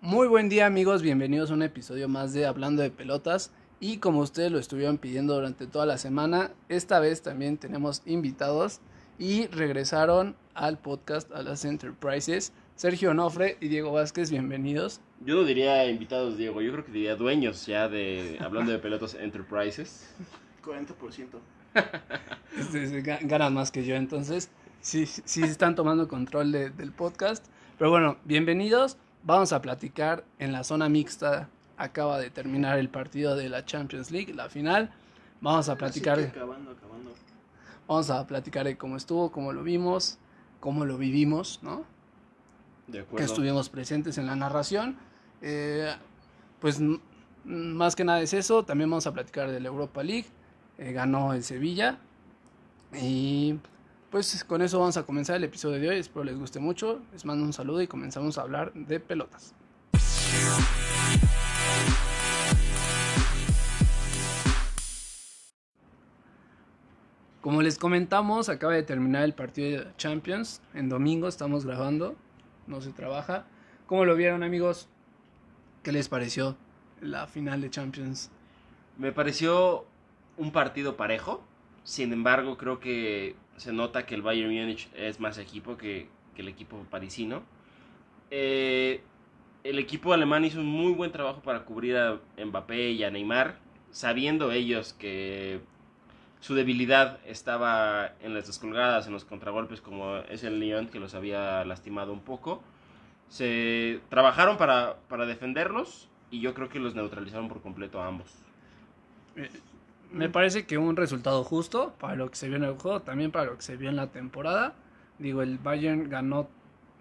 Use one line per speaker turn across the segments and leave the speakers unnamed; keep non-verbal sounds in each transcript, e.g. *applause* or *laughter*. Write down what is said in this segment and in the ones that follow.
Muy buen día amigos, bienvenidos a un episodio más de Hablando de Pelotas y como ustedes lo estuvieron pidiendo durante toda la semana, esta vez también tenemos invitados y regresaron al podcast a las Enterprises Sergio Onofre y Diego Vázquez, bienvenidos.
Yo no diría invitados, Diego, yo creo que diría dueños ya de, hablando de pelotas Enterprises.
40%.
Este, ga- Ganan más que yo, entonces sí, sí están tomando control de- del podcast. Pero bueno, bienvenidos. Vamos a platicar en la zona mixta. Acaba de terminar el partido de la Champions League, la final. Vamos a platicar.
Así que acabando, acabando.
Vamos a platicar de cómo estuvo, cómo lo vimos, cómo lo vivimos, ¿no?
De
Que
acuerdo.
estuvimos presentes en la narración. Eh, pues m- m- más que nada es eso. También vamos a platicar de la Europa League. Eh, ganó el Sevilla. Y pues con eso vamos a comenzar el episodio de hoy. Espero les guste mucho. Les mando un saludo y comenzamos a hablar de pelotas. Como les comentamos, acaba de terminar el partido de Champions. En domingo estamos grabando. No se trabaja. ¿Cómo lo vieron, amigos? ¿Qué les pareció la final de Champions?
Me pareció un partido parejo. Sin embargo, creo que se nota que el Bayern Múnich es más equipo que, que el equipo parisino. Eh, el equipo alemán hizo un muy buen trabajo para cubrir a Mbappé y a Neymar, sabiendo ellos que su debilidad estaba en las descolgadas, en los contragolpes, como es el Lyon que los había lastimado un poco. Se trabajaron para, para defenderlos y yo creo que los neutralizaron por completo a ambos.
Eh, Me parece que un resultado justo para lo que se vio en el juego, también para lo que se vio en la temporada. Digo, el Bayern ganó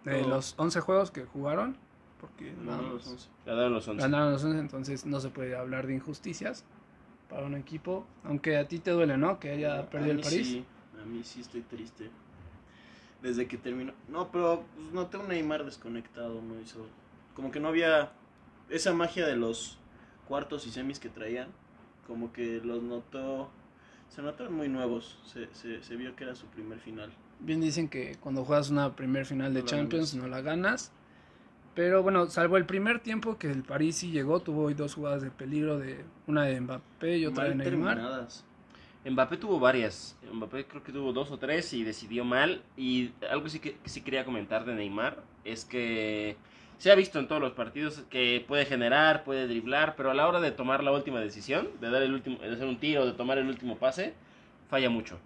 eh,
Todo.
los 11 juegos que jugaron, porque nada
Ganaron los
más
11.
Ganaron los 11.
ganaron los 11, entonces no se puede hablar de injusticias para un equipo. Aunque a ti te duele, ¿no? Que haya perdido
A
el
mí
París.
Sí, a mí sí estoy triste. Desde que terminó. No, pero pues, noté un Neymar desconectado, no hizo. Como que no había esa magia de los cuartos y semis que traían. Como que los notó. Se notaron muy nuevos. Se, se, se vio que era su primer final.
Bien dicen que cuando juegas una primer final de
No la
Champions no la ganas. Pero bueno, salvo el primer tiempo que el París sí llegó, tuvo hoy dos jugadas de peligro, de una de Mbappé y otra
Mal
de Neymar.
terminadas.
Mbappé tuvo varias. Mbappé creo que tuvo dos o tres y decidió mal. Y algo sí que que sí quería comentar de Neymar es que se ha visto en todos los partidos que puede generar, puede driblar, pero a la hora de tomar la última decisión, de dar el último, de hacer un tiro, de tomar el último pase, falla mucho.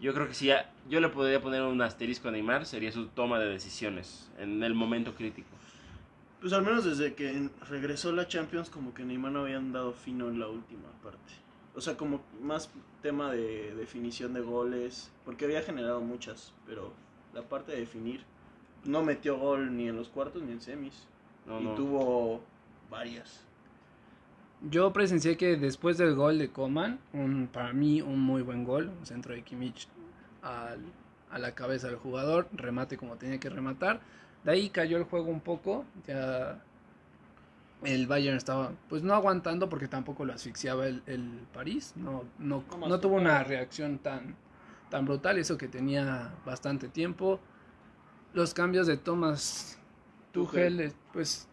Yo creo que si ya- yo le podría poner un asterisco a Neymar sería su toma de decisiones en el momento crítico.
Pues al menos desde que en- regresó la Champions, como que Neymar no habían dado fino en la última parte. O sea, como más tema de definición de goles, porque había generado muchas, pero la parte de definir, no metió gol ni en los cuartos ni en semis.
No,
y
no.
tuvo varias.
Yo presencié que después del gol de Coman, un- para mí un muy buen gol, un centro de Kimmich al- a la cabeza del jugador, remate como tenía que rematar. De ahí cayó el juego un poco, ya el Bayern estaba pues no aguantando porque tampoco lo asfixiaba el, el París, no, no,
No más
no tuvo
tocaba.
una reacción tan, tan brutal, eso que tenía bastante tiempo. Los cambios de Thomas Tuchel, eh, pues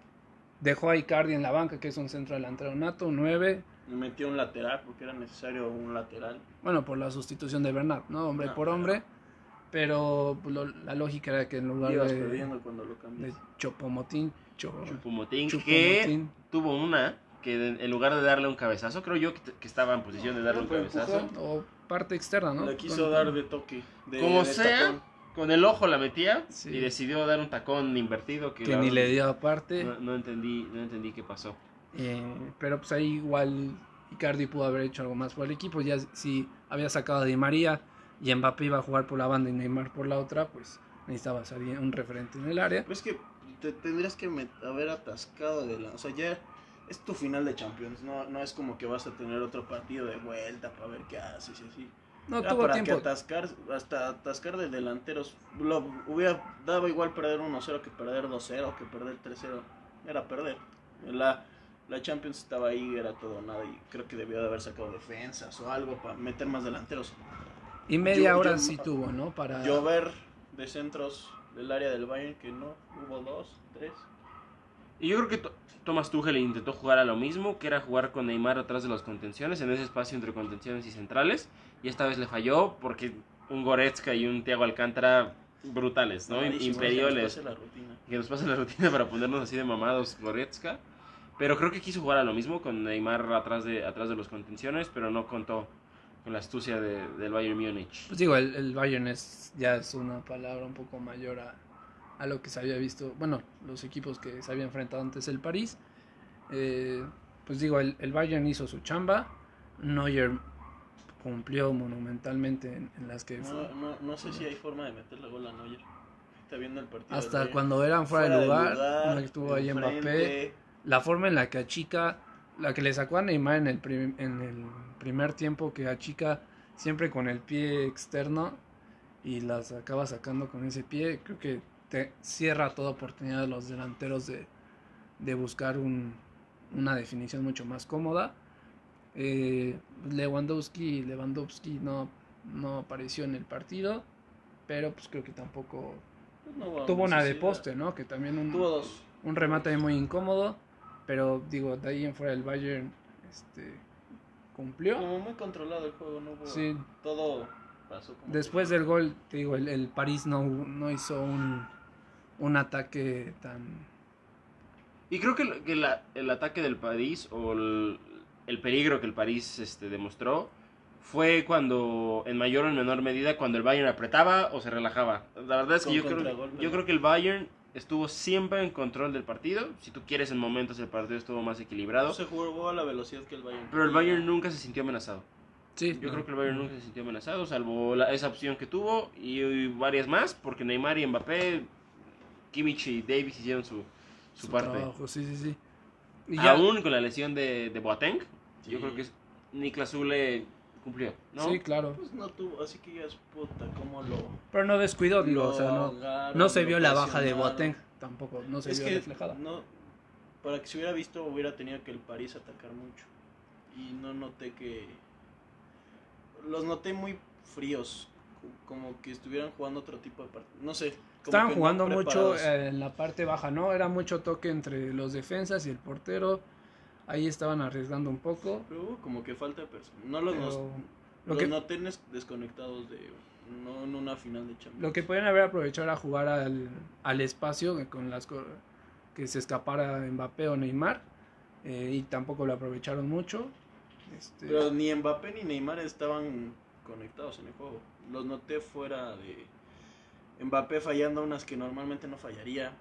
dejó a Icardi en la banca, que es un centro delantero nato, 9.
Y Metió un lateral, porque era necesario un lateral.
Bueno, por la sustitución de Bernat, ¿no? Hombre
No,
por
Ah, pero-
hombre. Pero pues, lo- la lógica era que en lugar
Ibas
de,
perdiendo cuando lo
de
cambias.
Chopomotín, Cho-
Chupomotín, que
Chupomotín,
tuvo una que en en lugar de darle un cabezazo, creo yo que, t- que estaba en posición de darle
No,
un
pero
cabezazo.
empujó.
o parte externa, ¿no?
La quiso
Con-
dar de toque. de-
Como
de
sea,
tacón.
Con el ojo la metía
Sí.
y decidió dar un tacón invertido que,
Que
la
ni
verdad
le dio aparte.
Ah.
No, no entendí, no entendí qué pasó.
Eh, pero pues ahí igual Icardi pudo haber hecho algo más por el equipo. Ya si había sacado a Di María y Mbappé iba a jugar por la banda y Neymar por la otra, pues necesitaba salir un referente en el área.
Pues que te tendrías que met- haber atascado de la. O sea, ya es tu final de Champions. No, no es como que vas a tener otro partido de vuelta para ver qué haces y así.
No
Era
tuvo
para que
tiempo.
atascar, hasta atascar de delanteros. Lo hubiera dado igual perder 1-0 que perder 2-0, que perder 3-0. Era perder. La, la Champions estaba ahí, era todo o nada. Y creo que debió de haber sacado defensas o algo para meter más delanteros.
Y media
Yo-
hora
yo-
sí tuvo, ¿no? Para
Llover de centros del área del Bayern, que no hubo dos, tres.
Y yo creo que To- Thomas Tuchel intentó jugar a lo mismo, que era jugar con Neymar atrás de las contenciones, en ese espacio entre contenciones y centrales. Y esta vez le falló porque un Goretzka y un Thiago Alcántara brutales, ¿no?
Malísimo,
Imperiales.
se nos pase la rutina.
Que nos pase la rutina para ponernos así de mamados Goretzka. Pero creo que quiso jugar a lo mismo con Neymar atrás de, atrás de los contenciones, pero no contó con la astucia de- del Bayern Múnich.
Pues digo, el, el Bayern es, ya es una palabra un poco mayor a, a lo que se había visto. Bueno, los equipos que se había enfrentado antes el París. Eh, pues digo, el, el Bayern hizo su chamba. Neuer cumplió monumentalmente en, en las que fue.
No, no, no sé si hay forma de meterle gol a Neuer. Está viendo el partido.
Hasta
de-
cuando eran fuera, de lugar, no estuvo ahí Mbappé.
enfrente.
La forma en la que achica, la que le sacó a Neymar en el, prim- en el primer tiempo, que achica siempre con el pie externo y las acaba sacando con ese pie, creo que te cierra toda oportunidad a los delanteros de, de buscar un- una definición mucho más cómoda. Eh, Lewandowski, Lewandowski no, no apareció en el partido, pero pues creo que tampoco
Pues no hubo
tuvo una de
necesidad.
poste, ¿no? Que también un,
Tuvo dos.
un remate ahí muy incómodo, pero digo, de ahí en fuera el Bayern este, cumplió.
Como muy controlado el juego, no hubo.
Sí,
Todo pasó como.
después del gol, te digo, el, el París no, no hizo un, un ataque tan...
Y creo que, el- que la- el ataque del París o el, el peligro que el París este, demostró fue cuando, en mayor o en menor medida, cuando el Bayern apretaba o se relajaba. La verdad es que
Con
yo creo,
contragolpe,
yo
¿no?
creo que el Bayern estuvo siempre en control del partido. Si tú quieres, en momentos el partido estuvo más equilibrado.
No se jugó a la velocidad que el Bayern.
Pero el Bayern nunca se sintió amenazado.
Sí,
Yo
no.
creo que el Bayern nunca se sintió amenazado, salvo la- esa opción que tuvo y, y varias más, porque Neymar y Mbappé, Kimmich y Davis hicieron su, su,
Su
parte.
trabajo, sí, sí, sí. Y ya,
Aún con la lesión de, de Boateng,
Sí.
yo creo que es- Niklas Zule cumplió, ¿no?
Sí, claro.
Pues no tuvo, así que ya es puta, ¿cómo lo.
Pero no descuidó, digo,
lo
o sea, no,
ahogaron,
no se
lo
vio la baja de
presionaron?
Boateng, tampoco, no se
es
vio
que
reflejada.
no para que se hubiera visto hubiera tenido que el París atacar mucho y no noté que los noté muy fríos co- como que estuvieran jugando otro tipo de partido no sé como
Estaban
que no
jugando mucho
preparados.
eh, en la parte baja, ¿no? Era mucho toque entre los defensas y el portero. Ahí estaban arriesgando un poco.
pero hubo como que falta de persona no los, nos-
pero lo
los
que,
noté nes- desconectados de no en una final de Champions
lo que podían haber aprovechado era jugar al, al espacio que con las co- que se escapara Mbappé o Neymar. eh, y tampoco lo aprovecharon mucho. Este,
pero ni Mbappé ni Neymar estaban conectados en el juego los noté fuera de Mbappé fallando unas que normalmente no fallaría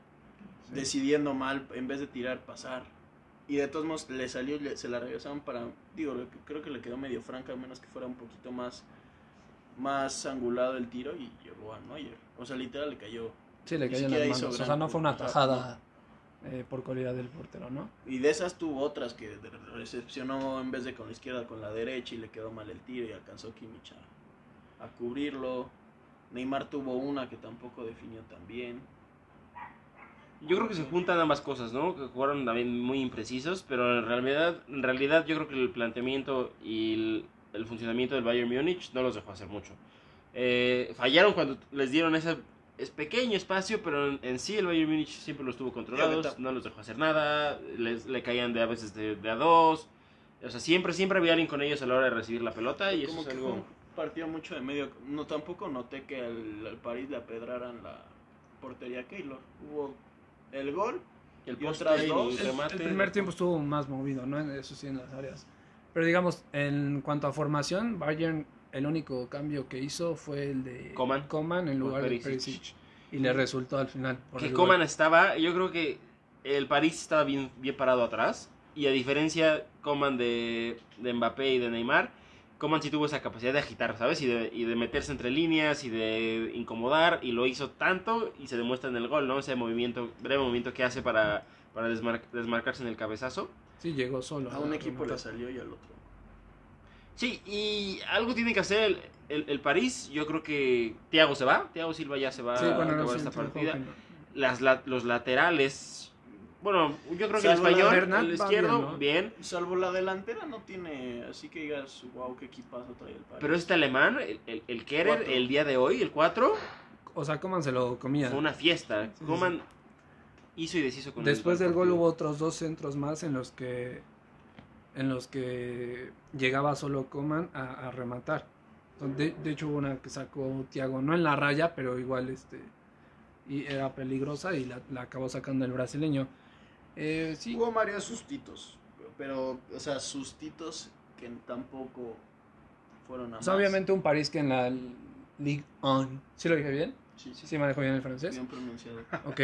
sí.
decidiendo mal en vez de tirar, pasar. Y de todos modos le salió, y le- se la regresaron para, digo, lo que- creo que le quedó medio franca, a menos que fuera un poquito más, más angulado el tiro y llegó a Neuer. O sea, literal le cayó.
Sí, le
ni
cayeron
siquiera
las
hizo
manos. O sea,
gran-
no fue una
o sea,
tajada eh, por calidad del portero, ¿no?
Y de esas tuvo otras que de- recepcionó en vez de con la izquierda, con la derecha y le quedó mal el tiro y alcanzó Kimmich a, a cubrirlo. Neymar tuvo una que tampoco definió tan bien.
Yo creo que se juntan ambas cosas, ¿no? Que jugaron también muy imprecisos, pero en realidad, en realidad yo creo que el planteamiento y el, el funcionamiento del Bayern Múnich no los dejó hacer mucho. Eh, fallaron cuando les dieron ese es pequeño espacio, pero en, en sí el Bayern Múnich siempre los tuvo
Ya, vete.
controlados, no los dejó hacer nada, les, le caían de a veces de, de a dos. O sea, siempre, siempre había alguien con ellos a la hora de recibir la pelota y eso
como
es
que
algo...
fue un partido mucho de medio. No, tampoco noté que al, al París le apedraran la portería a Keylor. Hubo el gol.
El
Y
poste
otras
y
dos.
el
El- el
remate.
El primer tiempo estuvo más movido, ¿no? En- Eso sí, en las áreas. Pero digamos, en cuanto a formación, Bayern, el único cambio que hizo fue el de
Coman.
en
Por
lugar de
Perisic.
Perisic. Y le resultó al final. por
que
el gol.
Coman estaba, yo creo que el París estaba bien, bien parado atrás. Y a diferencia, Coman de, de Mbappé y de Neymar, Coman sí tuvo esa capacidad de agitar, ¿sabes? Y de, y de meterse entre líneas y de incomodar. Y lo hizo tanto y se demuestra en el gol, ¿no? Ese movimiento, breve movimiento que hace para, para desmar- desmarcarse en el cabezazo.
Sí, llegó solo.
A
la
un equipo
remota.
le salió y al otro.
Sí, y algo tiene que hacer el, el- el París. Yo creo que Thiago se va. Thiago Silva ya se va
Sí,
a
bueno, no
acabar
sé,
esta
sí,
partida.
Coman.
las la- los laterales. Bueno, yo creo que el
Salvo la
español,
Bernat
el
va
izquierdo,
bien,
bien,
¿no?
Salvo la delantera, no tiene. Así que digas, wow, qué equipazo trae el París.
Pero este alemán, el, el, el Kerer,
Cuatro.
el día de hoy, el 4,
O sea, Coman se lo comía.
fue una fiesta.
Sí, sí,
Coman hizo y deshizo con el
Después del gol
partido.
hubo otros dos centros más en los que en los que llegaba solo Coman a, a rematar. De, de hecho hubo una que sacó Thiago, no en la raya, pero igual este y era peligrosa y la, la acabó sacando el brasileño. Eh, sí,
Hubo varios sustitos, pero, o sea, sustitos que tampoco fueron a
o sea,
más.
obviamente un París que en la Ligue 1. ¿Sí lo dije bien?
Sí, sí,
Sí, manejo bien el francés.
bien
*laughs*
pronunciado.
Ok,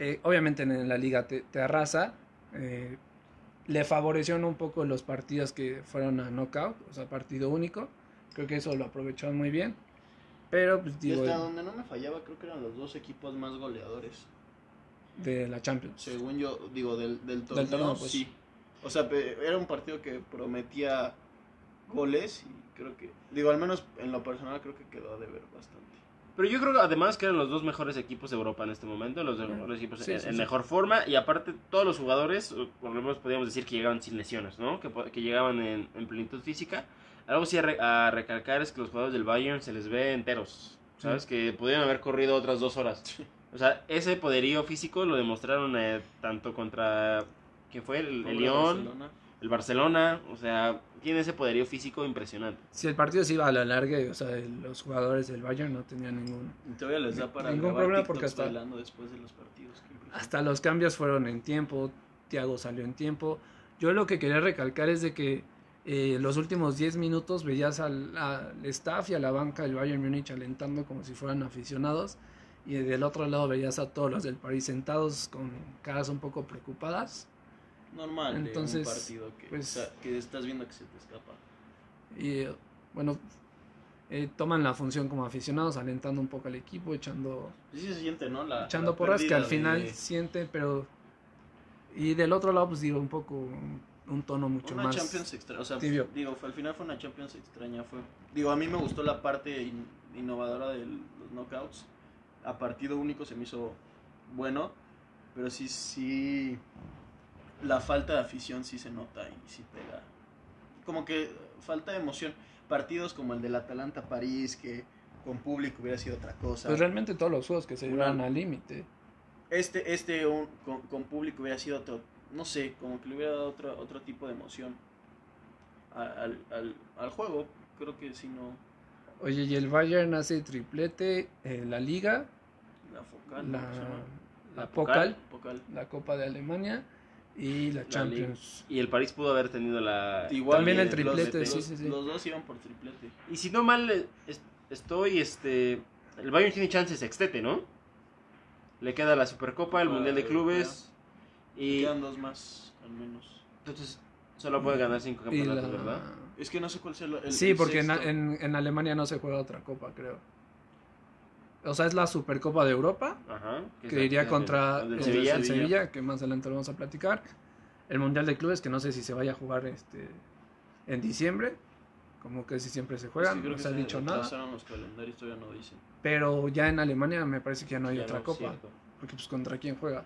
eh, obviamente en la liga te, te arrasa. eh, le favorecieron un poco los partidos que fueron a knockout, o sea, partido único. Creo que eso lo aprovecharon muy bien. Pero, pues
Y
digo,
hasta donde no me fallaba, creo que eran los dos equipos más goleadores.
de la Champions.
Según yo, digo, del, del torneo,
torneo, pues.
sí. O sea, pe- era un partido que prometía goles y creo que, digo, al menos en lo personal creo que quedó a deber bastante.
Pero yo creo que además que eran los dos mejores equipos de Europa en este momento, los dos
Ujú.
mejores equipos
Sí,
en,
sí,
en
sí.
mejor forma. Y aparte, todos los jugadores, o por lo menos podríamos decir que llegaban sin lesiones, ¿no? Que, po- que llegaban en, en plenitud física. Algo sí a, re- a recalcar es que los jugadores del Bayern se les ve enteros, ¿sabes? Que pudieron haber corrido otras dos horas. O sea, ese poderío físico lo demostraron eh, tanto contra. ¿Quién fue? El, el
Pobre
León,
Barcelona.
el Barcelona. O sea, tiene ese poderío físico impresionante.
Si el partido se iba a la larga, o sea, el- los jugadores del Bayern no tenían ningún.
Y todavía les da para
Ningún
grabar
problema
TikToks
porque hasta-
bailando después de los partidos. qué impresión.
Hasta los cambios fueron en tiempo, Thiago salió en tiempo. Yo lo que quería recalcar es de que eh, los últimos 10 minutos veías al, al staff y a la banca del Bayern Múnich alentando como si fueran aficionados y del otro lado veías a todos los del París sentados con caras un poco preocupadas
Normal, de
Entonces,
un partido que,
pues-
o sea, que estás viendo que se te escapa.
y eh, bueno eh, toman la función como aficionados alentando un poco al equipo echando
Pues Sí se siente, ¿no? La,
echando
la
porras que
pérdida
al final
de
siente pero y del otro lado pues digo un poco un, un tono mucho
una
más
Champions extraña, o sea,
tibio.
digo, fue- al final fue una Champions extraña, fue. Digo, a mí me gustó la parte in- innovadora de los knockouts. A partido único se me hizo bueno, pero sí sí la falta de afición sí se nota y sí pega. Como que falta de emoción. Partidos como el del Atalanta París que con público hubiera sido otra cosa.
Pues realmente todos los juegos que se
Una-
llevaron al límite.
Este, este un- con, con público hubiera sido otro, no sé, como que le hubiera dado otro, otro tipo de emoción a- al, al- al juego. Creo que si no,
Oye, y el Bayern hace triplete, eh, la Liga,
la focal,
la,
Ah, ¿no? Se llama
la
La
Pokal,
focal.
la Copa de Alemania y la,
La
Champions.
Y el París pudo haber tenido la.
Igual
También
que
el triplete,
los,
sí,
los-
sí, sí.
los dos iban por triplete.
Y si no mal eh, es- estoy, este. El Bayern tiene chances sextete, ¿no? Le queda la Supercopa, el
Copa
Mundial de
Europea.
Clubes. Y.
Quedan dos más, al menos.
Entonces, solo puede ganar cinco
Y
campeonatos,
la-
¿verdad?
Es que no sé cuál sea el. el-
Sí,
el
porque en,
sexto.
en- en Alemania no se juega otra copa, creo. O sea, es la Supercopa de Europa,
Ajá.
que,
es la-
iría
la-
contra
la del
el
Sevilla.
el Sevilla, que más adelante lo vamos a platicar. El Mundial de Clubes, que no sé si se vaya a jugar este en diciembre, como que si siempre se
Es que
juegan,
creo
no
que
se ha dicho nada.
retrasaron los calendarios, todavía no dicen.
Pero ya en Alemania me parece que ya no hay
Ya
otra
no,
copa.
cierto.
Porque pues contra quién juega.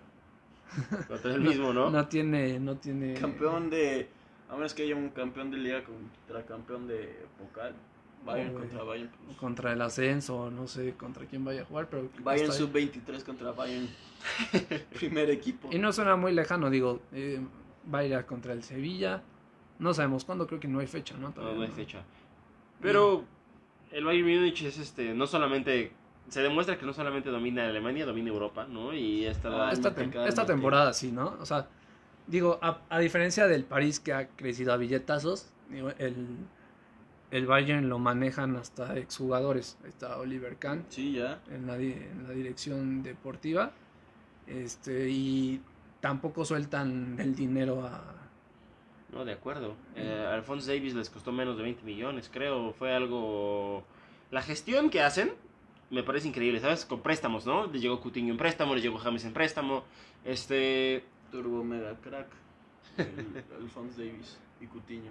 Contra el mismo, ¿no?
*laughs* No tiene, no tiene.
Campeón de. A menos que haya un campeón de liga contra campeón de Pokal. Bayern
Oh, güey.
contra Bayern. pues,
Contra el ascenso, no sé contra quién vaya a jugar, pero.
Bayern
hasta ahí.
sub-23 contra Bayern. *laughs* Primer equipo.
Y no suena muy lejano, digo. eh, va a ir a contra el Sevilla. No sabemos cuándo, creo que no hay fecha, ¿no?
No,
Todavía
no hay fecha. Pero el Bayern Múnich es este, no solamente, se demuestra que no solamente domina Alemania, domina Europa, ¿no? Y esta la-
Ah,
Esta,
Cálmate,
tem-
cálmate.
esta temporada sí, ¿no? O sea, digo, a, a diferencia del París que ha crecido a billetazos, digo, el, el Bayern lo manejan hasta exjugadores. Ahí está Oliver Kahn.
Sí, ya.
en la, di- en la dirección deportiva. Este, y tampoco sueltan el dinero a.
No, de acuerdo. Eh, Alphonse Davis les costó menos de 20 millones, creo. Fue algo... La gestión que hacen me parece increíble, ¿sabes? Con préstamos, ¿no? Les llegó Coutinho en préstamo, les llegó James en préstamo. Este...
Turbo Mega Crack. el- Alphonse Davis y Cutiño.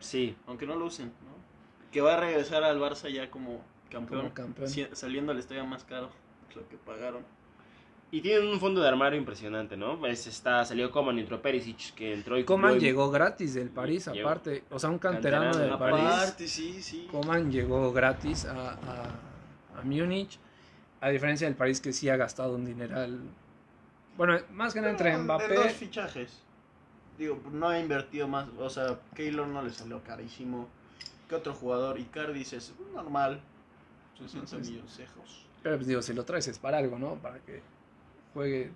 Sí.
Aunque no lo usen, ¿no? Que va a regresar al Barça ya como campeón.
Como campeón.
si- Saliendo al estadio más caro. Lo que pagaron.
Y tienen un fondo de armario impresionante, ¿no? Pues está, salió Coman, entró Perisic, que entró y
Coman
cumplió-
llegó gratis del París,
Llegó.
aparte. O sea, un canterano,
Canterano
del
del
París.
Aparte, sí, sí.
Coman llegó gratis a, a, a Múnich. A diferencia del París que sí ha gastado un dineral Bueno, más que nada entre
Bueno, de dos
Mbappé.
fichajes. Digo, no ha invertido más. O sea, Keylor no le salió carísimo. ¿Qué otro jugador? Icardi es normal. 60
Ujú.
milloncejos.
Pero pues digo, si lo traes es para algo, ¿no? Para que juegue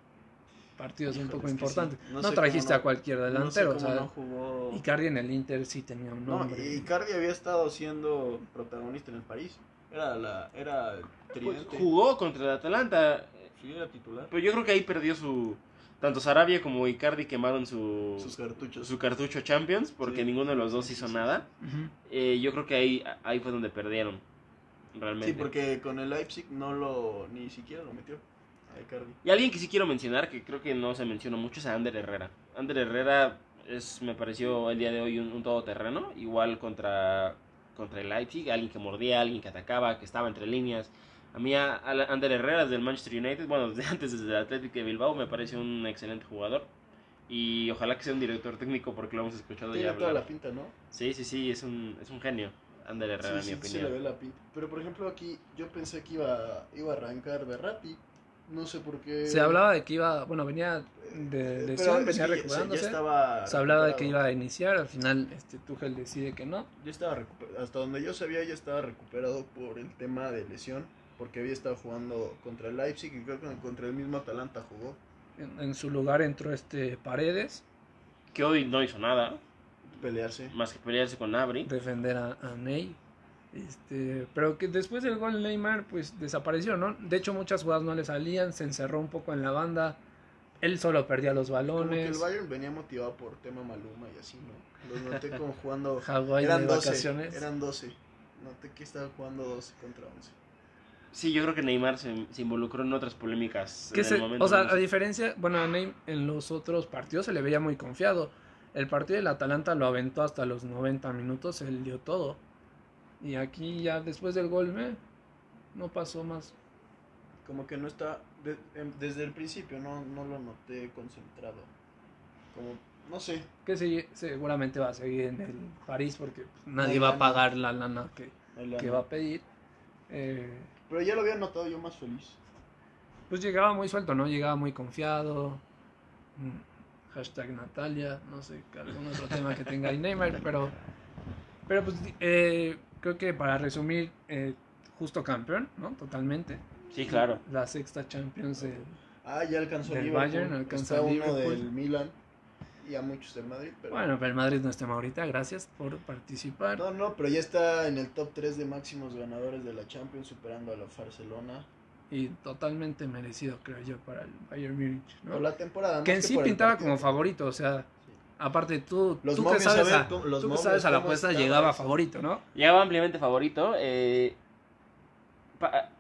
partidos un
Híjole,
poco
es que sí.
importantes.
No
No,
sé
trajiste
cómo no-
a cualquier
No sé
delantero,
cómo
o sea,
no jugó.
Icardi en el Inter sí tenía un
No,
nombre.
Icardi había estado siendo protagonista en el París. Era la era
Pues,
tridente.
jugó contra el Atalanta.
Sí, era titular.
Pero yo creo que ahí perdió su. Tanto Sarabia como Icardi quemaron su,
Sus cartuchos.
su cartucho Champions porque
Sí.
ninguno de los dos
Sí,
hizo
sí, sí.
nada.
Ujú.
Eh, yo creo que ahí, ahí fue donde perdieron. Realmente.
Sí, porque con el Leipzig no lo ni siquiera lo metió a Icardi.
Y alguien que sí quiero mencionar, que creo que no se mencionó mucho, es a Ander Herrera. Ander Herrera es, me pareció el día de hoy un, un todoterreno, igual contra, contra el Leipzig, alguien que mordía, alguien que atacaba, que estaba entre líneas. A mí a- a la- Ander Herrera del Manchester United, bueno, *laughs* desde antes desde el Atlético de Bilbao, me parece un excelente jugador. Y ojalá que sea un director técnico porque lo hemos escuchado ya
Tiene toda
hablar.
la pinta, ¿no?
Sí, sí, sí, es un, es un genio. Ander
Sí,
Herrera,
sí,
en mi
sí
opinión.
le ve la pinta. Pero por ejemplo aquí yo pensé que iba, iba a arrancar Berratti. No sé por qué.
Se hablaba de que iba, bueno, venía
Eh,
de
pero
lesión, venía
es que ya- o sea,
recuperándose.
Ya estaba
Se hablaba de que
recuperado.
iba a iniciar, al final este Tuchel decide que no.
Ya estaba recuper- Hasta donde yo sabía, ya estaba recuperado por el tema de lesión. Porque había estado jugando contra el Leipzig y creo que contra el mismo Atalanta jugó.
En, en su lugar entró este Paredes,
Que hoy no hizo nada,
Pelearse.
más que pelearse con Abri.
defender a, a Ney. Este, pero que después del gol Neymar pues desapareció, ¿no? De hecho muchas jugadas no le salían, se encerró un poco en la banda. Él solo perdía los
Como que el
balones.
Bayern venía motivado por tema Maluma y así, ¿no? Los noté
*laughs*
como jugando.
Hawái de
eran 12.
vacaciones.
Eran 12. Noté que estaba jugando 12 contra 11.
Sí, yo creo que Neymar se, se involucró en otras polémicas.
Que
en
se-
el momento,
o sea,
¿no?
a diferencia, bueno, a Ney en los otros partidos se le veía muy confiado. El partido del Atalanta lo aventó hasta los 90 minutos, él dio todo. Y aquí ya después del gol, meh, no pasó más.
Como que no está. de- em, desde el principio no, no lo noté concentrado. Como. No sé.
Que se- seguramente va a seguir en el París porque pues, nadie
Muy
va a
lana.
pagar la lana que,
el
que
año.
va a pedir. Eh,
Pero ya lo había notado yo más feliz.
pues llegaba muy suelto, ¿no? Llegaba muy confiado. Mm, Hashtag Natalia, no sé, algún otro tema que tenga ahí Neymar, pero, pero pues eh, creo que para resumir, eh, justo campeón, ¿no? Totalmente.
Sí, claro.
La sexta Champions del-
Ah, ya alcanzó
Del
el
Bayern, alcanzó
Está
el
uno
Liverpool.
del Milan y a muchos del Madrid. Pero...
Bueno, pero el Madrid no está ahorita, gracias por participar.
No, no, pero ya está en el top 3 de máximos ganadores de la Champions, superando a la Barcelona.
Y totalmente merecido, creo yo, para el Bayern Múnich, ¿no?
Por la temporada. más
Que en sí
por el
pintaba
partido.
como favorito, o sea, aparte tú,
Los
tú que
momios,
sabes
a ver,
a,
cómo- los
tú que
momios,
sabes a la
¿cómo
apuesta
estaban?
llegaba favorito, ¿no?
Llegaba ampliamente favorito. eh, pa-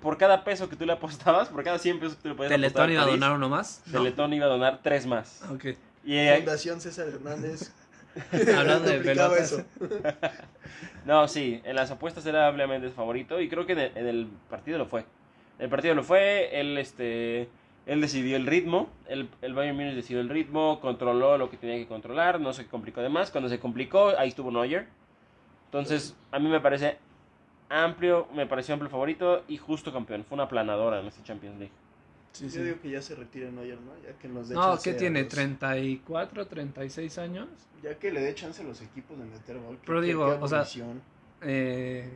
por cada peso que tú le apostabas, por cada 100 pesos que tú le podías apostar.
Teletón
al
iba a
París,
donar uno más. No.
Teletón iba a donar tres más.
Ok.
Y, eh,
Fundación César Hernández.
*laughs* Hablando
*laughs*
de
duplicaba
pelotas.
no, sí, en las apuestas era ampliamente favorito. Y creo que en el, en el partido lo fue. El partido lo fue, él, este, él decidió el ritmo. El, el Bayern Múnich decidió el ritmo, controló lo que tenía que controlar, no se complicó de más. Cuando se complicó, ahí estuvo Neuer. Entonces, a mí me parece amplio, me pareció amplio favorito y justo campeón. Fue una planadora en esta Champions League.
Sí,
Yo
sí.
digo que ya se retiren Neuer, ¿no? Ya que nos dé
No,
chance
¿qué
a
tiene?
los-
¿34, 36 años?
Ya que le dé chance a los equipos de meter gol. que-
Pero
que-
digo,
que
o sea,
abolición.
Eh,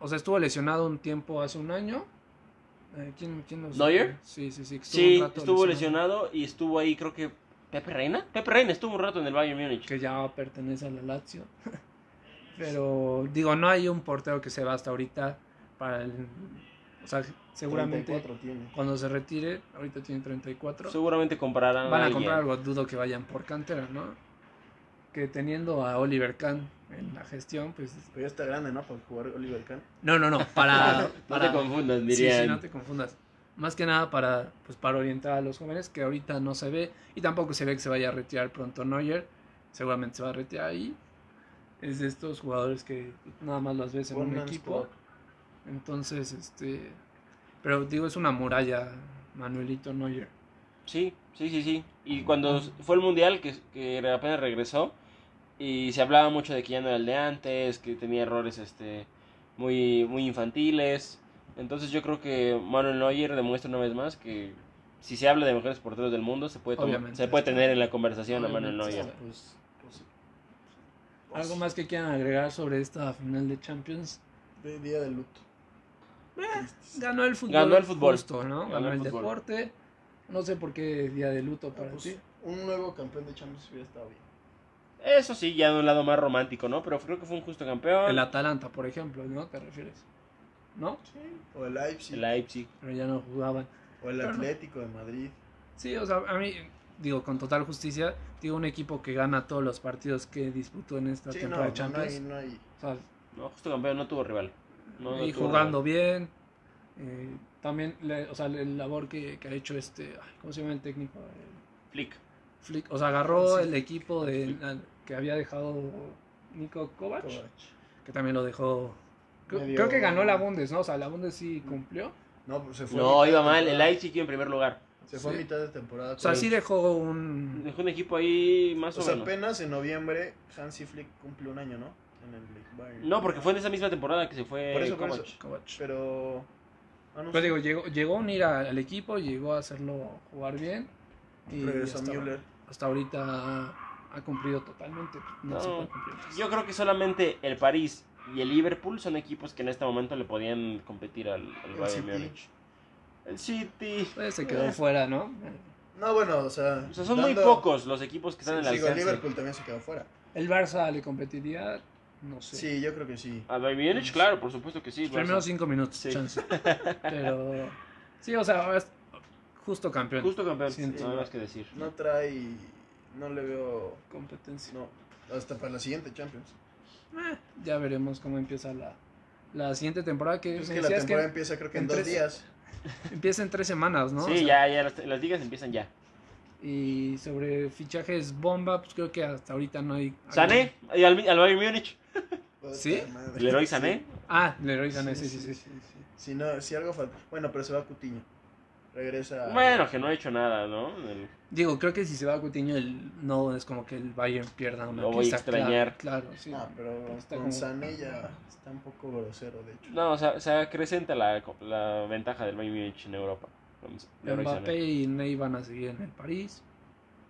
o sea, estuvo lesionado un tiempo hace un año. Eh, ¿Quién, quién los-
¿Neuer?
Sí, sí, sí.
sí,
un rato
estuvo lesionado y estuvo ahí, creo que Pepe Reina. Pepe Reina estuvo un rato en el Bayern Múnich.
Que ya pertenece a la Lazio. *laughs* Pero, digo, no hay un portero que se va hasta ahorita para el... O sea, seguramente
34 tiene.
cuando se retire, ahorita tiene 34.
Seguramente comprarán
Van a
alguien.
comprar algo, dudo que vayan por cantera, ¿no? Que teniendo a Oliver Kahn en la gestión, pues...
Pero ya está grande, ¿no? Para jugar Oliver Kahn.
No, no, no, para...
No
para
te confundas,
sí, sí,
*laughs* dirían.
no te confundas. Más que nada para, pues, para orientar a los jóvenes, que ahorita no se ve, y tampoco se ve que se vaya a retirar pronto Neuer, seguramente se va a retirar ahí. Es de estos jugadores que nada más los ves Pues en
One
un
man's
equipo.
club.
Entonces, este... Pero digo, es una muralla, Manuelito Neuer.
Sí, sí, sí, sí. Y cuando fue el Mundial, que, que apenas regresó, y se hablaba mucho de que ya no era el de antes, que tenía errores este muy, muy infantiles. Entonces yo creo que Manuel Neuer demuestra una vez más que si se habla de mejores porteros del mundo, se puede, tomar-
Obviamente,
se puede
está.
tener en la conversación a Manuel
Ah,
Obviamente,
Neuer.
pues,
Pues
¿Algo más que quieran agregar sobre esta final de Champions?
De día de luto.
Ah,
Tristes.
Eh, Ganó el fútbol.
Ganó el fútbol.
justo, ¿no? Ganó,
Ganó el
el,
fútbol.
deporte. No sé por qué día de luto
Ah,
para
pues,
ti.
un nuevo campeón de Champions hubiera estado bien.
Eso sí, ya de un lado más romántico, ¿no? Pero creo que fue un justo
ah.
campeón.
El Atalanta, por ejemplo, ¿no? ¿Te refieres? ¿No?
O el Leipzig.
El Leipzig.
Pero ya no jugaban.
O el
Pero no.
Atlético de Madrid.
Sí, o sea, a mí, digo, con total justicia, digo, un equipo que gana todos los partidos que disputó en esta
Sí, no,
temporada de
no, no
Champions.
hay, no hay.
O sea,
No, justo campeón, no tuvo rival. No, no
y
tuvo
jugando bien.
rival.
eh, también, le- o sea, el labor que, que ha hecho este, ay, ¿cómo se llama el técnico? El
Flick.
Flick, o sea, agarró
Sí.
el equipo de,
Flick.
al- que había dejado Nico Kovac,
Kovac.
que también lo dejó. Creo,
Medio-
creo que ganó la Bundes, ¿no? O sea, la Bundes sí cumplió.
No, pues se fue. a
No,
mitad
iba
de
mal. El
temporada.
Leipzig iba en primer lugar.
Se fue
Sí.
a mitad de temporada.
O sea,
con-
sí dejó un.
Dejó un equipo ahí más
O
o,
sea,
menos.
apenas en noviembre Hansi Flick cumple un año, ¿no? En el Bayern.
No, porque fue en esa misma temporada que se fue
Por eso, por
Kovac.
eso.
Kovac.
Pero. ah, no
Pues
sé.
digo, llegó, llegó a unir a- al equipo, llegó a hacerlo jugar bien. Y
regresó
hasta,
Müller.
hasta ahorita ha, ha cumplido totalmente. No,
No,
se puede cumplir más.
Yo creo que solamente el París y el Liverpool son equipos que en este momento le podían competir al, al
El
Bayern
City.
Múnich. El City.
Pues se quedó
Eh.
fuera, ¿no?
No, bueno, o sea.
O sea, son muy
dando-
pocos los equipos que
Sí,
están en la
digo, el
alcance.
Liverpool también se quedó fuera.
El Barça le competiría, no sé.
Sí. yo creo que sí.
Al Bayern Múnich, claro, por supuesto que sí.
Los
el
primeros
Barça.
cinco minutos,
Sí.
chance. Pero sí, o sea, es justo campeón.
Justo campeón,
Sí,
no hay más que decir.
No trae. No le veo.
Competencia.
No. Hasta para la siguiente Champions.
Eh, ya veremos cómo empieza la, la siguiente temporada. Que,
Es
me
que la
decías que
temporada empieza creo que en
en
dos
tres-
días.
empieza en tres semanas, ¿no?
sí,
O sea,
ya, ya, las, las ligas empiezan ya.
Y sobre fichajes bomba, pues creo que hasta ahorita no hay.
Sané, y al, al Bayern Múnich.
¿Sí?
Puta madre. *laughs*
Leroy Sané.
Ah, Leroy Sané, sí, sí, sí.
Si no, si algo falta. Bueno, pero se va Cutiño. Regresa.
Bueno, que no ha hecho nada, ¿no? El-
Digo, creo que si se va Coutinho, el, no es como que el Bayern pierda una
Lo voy a
pieza clave,
extrañar.
Claro, sí.
No, Ah, pero
Está
con
como-
Sané ya está un poco grosero, de hecho.
no, o sea, se acrecenta la, la ventaja del Bayern Múnich en Europa. Vamos, Leroy Sané.
Mbappé y Ney van a seguir en el París.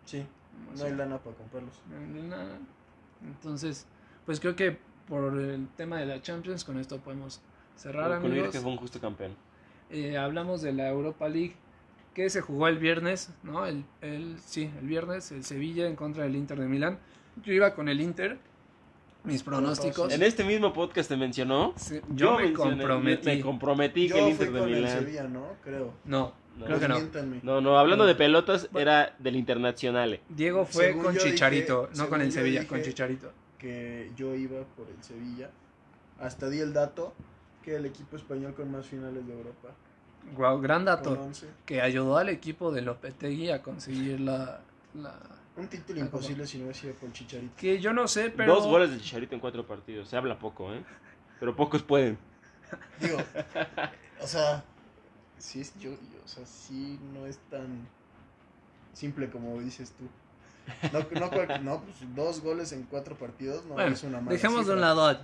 Sí,
O
no
sea,
hay lana para comprarlos.
no hay nada. Entonces, pues creo que por el tema de la Champions, con esto podemos cerrar,
Concluir
amigos.
que fue un justo campeón.
Eh, hablamos de la Europa League que se jugó el viernes, ¿no? El, el- sí, el viernes, el Sevilla en contra del Inter de Milán. Yo iba con el Inter, mis pronósticos.
En este mismo podcast te mencionó.
Sí, yo, me
mencioné-
comprometí.
Me comprometí que
Yo
el
fui
Inter de
con el
Milán.
Sevilla, ¿no? Creo.
no,
No.
creo que no.
Miéntanme.
No, no, hablando de
No.
pelotas, era del Internacional.
Diego fue
Según
con
yo dije-
Chicharito, no con
según
el
yo
Sevilla,
dije-
con Chicharito.
Que yo iba por el Sevilla. Hasta di el dato que el equipo español con más finales de Europa.
Wow, gran
Con
dato.
11.
Que ayudó al equipo de Lopetegui a conseguir la, la-
Un título
Ah,
imposible si no hubiera sido por Chicharito.
Que yo no sé, pero...
Dos goles de Chicharito en cuatro partidos. Se habla poco, ¿eh? Pero pocos pueden.
Digo, o sea, sí, es- yo, yo- o sea, sí no es tan simple como dices tú. No, no, cual- no, pues, dos goles en cuatro partidos no
Bueno,
es una mala
dejemos de
cifra.
un lado a,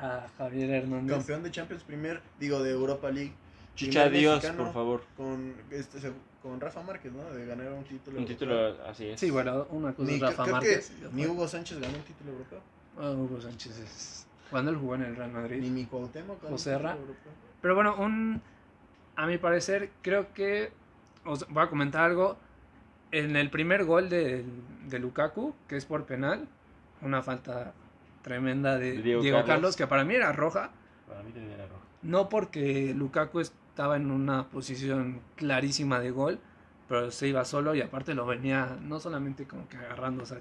a Javier Hernández.
Campeón de Champions primer, digo, de Europa League.
Chicha,
Primer
Dios,
mexicano
por favor.
Con, este, se- con Rafa Márquez, ¿no? De ganar un título.
Un
europeo.
título así es.
Sí, bueno, una cosa
Ni,
Pues es Rafa
creo
Márquez.
que ni Hugo Sánchez ganó un título europeo.
Ah, Hugo Sánchez es... Cuando él jugó en el Real Madrid.
Ni mi Cuauhtémoc ganó un
José Ra.
título europeo.
Pero bueno, un, a mi parecer, creo que. Os voy a comentar algo. En el primer gol de, de Lukaku, que es por penal, una falta tremenda de
De
Diego,
Diego
Carlos.
Carlos,
que para mí era roja.
Para mí también era rojo.
No porque Lukaku estaba en una posición clarísima de gol, pero se iba solo y aparte lo venía no solamente como que agarrando, o sea,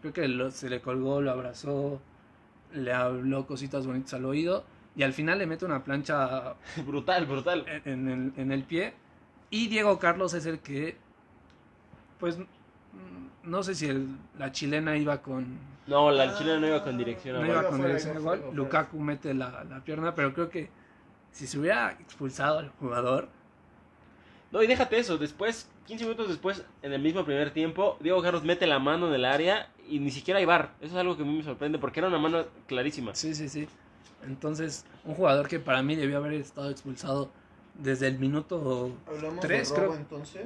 creo que lo- se le colgó, lo abrazó, le habló cositas bonitas al oído y al final le mete una plancha
*laughs* brutal, brutal.
en, en el, en el pie. Y Diego Carlos es el que, pues, mm, no sé si el- la chilena iba con...
No, la chilena no iba con dirección a
No
No,
iba
gol.
iba
con
fuera,
dirección
iba
al
fuera,
gol.
iba fuera.
Lukaku mete la, la pierna, pero creo que si se hubiera expulsado al jugador,
No, y déjate eso. Después, 15 minutos después, en el mismo primer tiempo, Diego Carlos mete la mano en el área y ni siquiera hay bar. Eso es algo que a mí me sorprende porque era una mano
*laughs*
clarísima.
sí, sí, sí. Entonces, un jugador que para mí debió haber estado expulsado desde el minuto...
Hablamos
Tres,
de robo
creo.
entonces.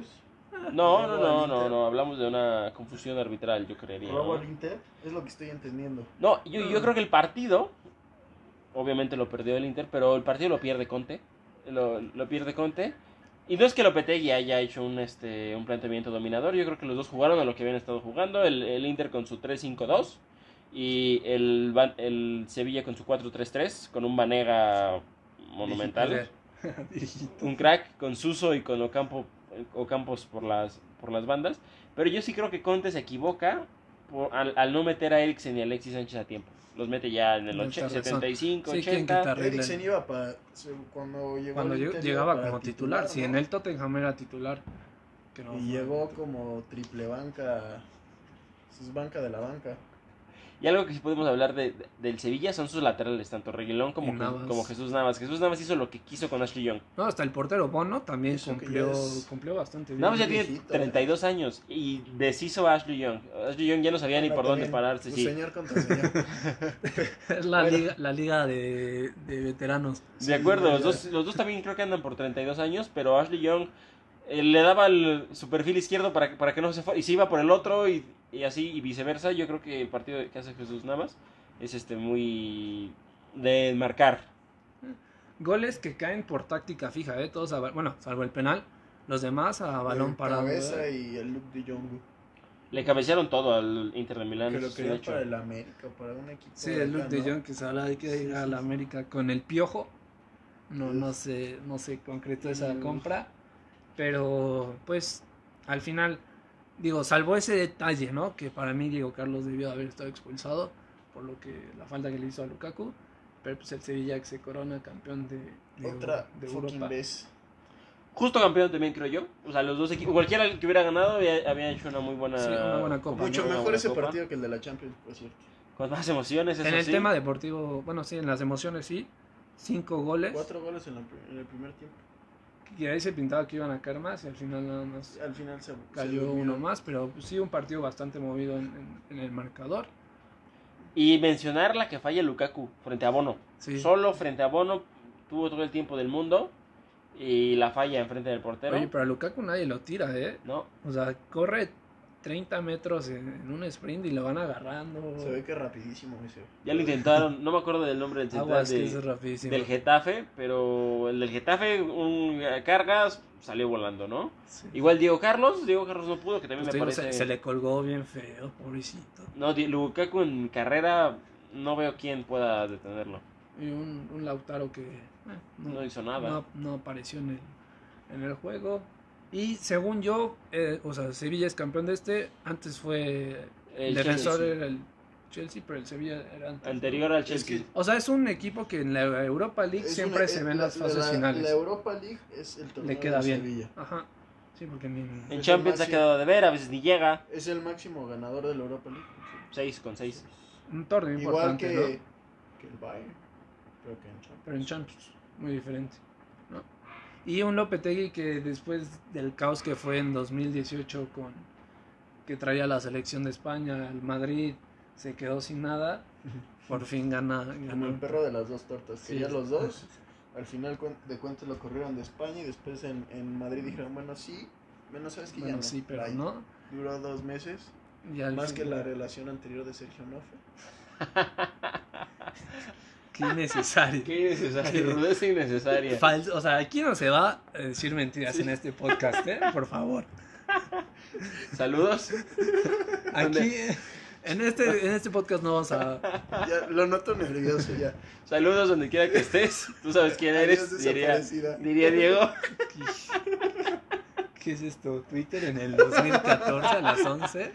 No, no,
Robo
no,
al
no,
Inter.
no, hablamos de una confusión arbitral, yo creería. ¿no?
¿Robo al Inter? Es lo que estoy entendiendo.
No, yo, yo creo que el partido, obviamente lo perdió el Inter, pero el partido lo pierde Conte. Lo, lo pierde Conte. Y no es que Lopetegui haya hecho un, este, un planteamiento dominador, yo creo que los dos jugaron a lo que habían estado jugando. El, el Inter con su 3-5-2 y el, Ban- el Sevilla con su 4-3-3, con un Banega
*laughs*
monumental. Un crack con Suso y con Ocampo, Ocampos por las, por las bandas. Pero yo sí creo que Conte se equivoca por- al, al no meter a Eriksen y Alexis Sánchez a tiempo. Los mete ya en el
Tienes
80,
razón.
75,
Sí, ¿quién
80.
quitar? Arreglen.
Eriksen iba para. Cuando llegó.
Cuando
al
lleg-
Inter,
llegaba
para
como titular, si
¿no?
en el Tottenham era titular. Que no,
Y llegó como triple banca. Es banca de la banca.
Y algo que sí podemos hablar de, de- del Sevilla son sus laterales, tanto Reguilón como,
Y
Je-
Navas.
como Jesús Navas. Jesús Navas hizo lo que quiso con Ashley Young.
No, hasta el portero Bono también
Eso que
cumplió,
ya es-
cumplió bastante bien.
Navas pues ya tiene
viejito,
32 años y deshizo a Ashley Young. Ashley Young ya no sabía ni
Ahora
por dónde
también,
pararse.
pues,
Sí.
Señor contra señor.
*laughs* Es la
Bueno.
liga, la liga de, de veteranos.
De acuerdo,
Sí,
los
ya.
dos, los dos también creo que andan por 32 años, pero Ashley Young eh, le daba el- su perfil izquierdo para, que- para que no se fuera, y se iba por el otro, y, y así, y viceversa. Yo creo que el partido que hace Jesús Navas es este muy de marcar.
Goles que caen por táctica fija, ¿eh? Todos, a ba- bueno, salvo el penal, los demás a balón
El
parado.
Cabeza
¿eh?
y el look de Jongu.
Le cabecearon todo al Inter de Milán.
Que
eso
lo
es un
querían
hecho.
para el América, para un equipo.
Sí, el look
acá,
de
¿no?
John que se habla de que
Sí,
ir a
sí,
la
sí.
América con el piojo. No,
Sí.
no se, no se concretó esa
Mm.
compra. Pero, pues, al final, digo, salvo ese detalle, ¿no? Que para mí, digo, Carlos debió haber estado expulsado por lo que la falta que le hizo a Lukaku. Pero pues el Sevilla que se corona campeón de, de-
Otra
de
fucking
Europa.
vez.
Justo campeón también, creo yo. O sea, los dos equipos, cualquiera que hubiera ganado había, había hecho una muy buena,
Sí, una buena copa.
muy
Mucho
Mucho
buena
mejor ese
copa.
partido que el de la Champions, por cierto.
Con más emociones, eso
En el
sí.
tema deportivo, bueno, sí, en las emociones sí. Cinco goles.
Cuatro goles en, la pr- en el primer tiempo.
Que ahí se pintaba que iban a caer más y al final nada más
Al final se se
cayó
durmió.
uno más, pero pues, sí un partido bastante movido en, en- en el marcador.
Y mencionar la que falla Lukaku frente a Bono.
Sí.
Solo frente a Bono tuvo todo el tiempo del mundo y la falla enfrente del portero.
Oye, pero a Lukaku nadie lo tira, ¿eh?
No,
O sea, corre 30 metros en, en un sprint y lo van agarrando.
Se ve que rapidísimo ese.
ya lo intentaron, no me acuerdo del nombre
*laughs*
del central
Aguas, que
de-
es rapidísimo.
del Getafe, pero el del Getafe, un eh, cargas, salió volando, ¿no?
Sí.
Igual Diego Carlos, Diego Carlos no pudo, que también
Pues te
me
digo,
parece...
se, se le colgó bien feo, pobrecito.
No, Di- Lukaku en carrera no veo quién pueda detenerlo.
Y un, un Lautaro que eh,
No hizo nada.
No, no apareció en el, en el juego. Y según yo, eh, o sea, Sevilla es campeón de este. Antes fue. El
El
defensor
Chelsea,
era el Chelsea, pero el Sevilla era antes.
anterior al
Es que-
Chelsea.
O sea, es un equipo que en la Europa League
Es
siempre
una-
se ve
eh,
en las
la-
fases
la-
finales.
La Europa League es el torneo
Le queda
de
bien.
Sevilla.
Ajá. Sí, porque ni-
En
Es
Champions ha
demasiado-
quedado de ver, a veces ni llega.
Es el máximo ganador de la Europa League.
6 con 6.
un torneo
Igual
importante,
que,
¿no?
que el Bayern. Creo que en Champions.
Pero en Champions, muy diferente, ¿no? Y un Lopetegui que después del caos que fue en 2018 con que traía la selección de España, el Madrid se quedó sin nada, por fin gana,
Como el
gana.
perro de las dos tortas.
Sí.
Que ya los dos, al final cuen- de cuentas lo corrieron de España y después en, en Madrid dijeron, bueno, sí, menos sabes que ya
Bueno,
no.
sí, pero
Bye.
no.
Duró dos meses,
Y al
más que
fin-
la relación anterior de Sergio Nofe.
Qué
*laughs*
innecesario.
Qué innecesario,
Sí.
*laughs* es innecesaria.
Falso, o sea, aquí no se va a
*laughs*
decir mentiras en este podcast, ¿eh? Por favor.
Saludos.
Aquí, en este, en este podcast no vamos a...
*laughs* Ya lo noto nervioso ya.
Saludos donde quiera que estés. Tú sabes quién eres,
Adiós,
diría,
desaparecida.
diría Diego.
¿Qué es esto? ¿Twitter en
*laughs*
el 2014 a las 11?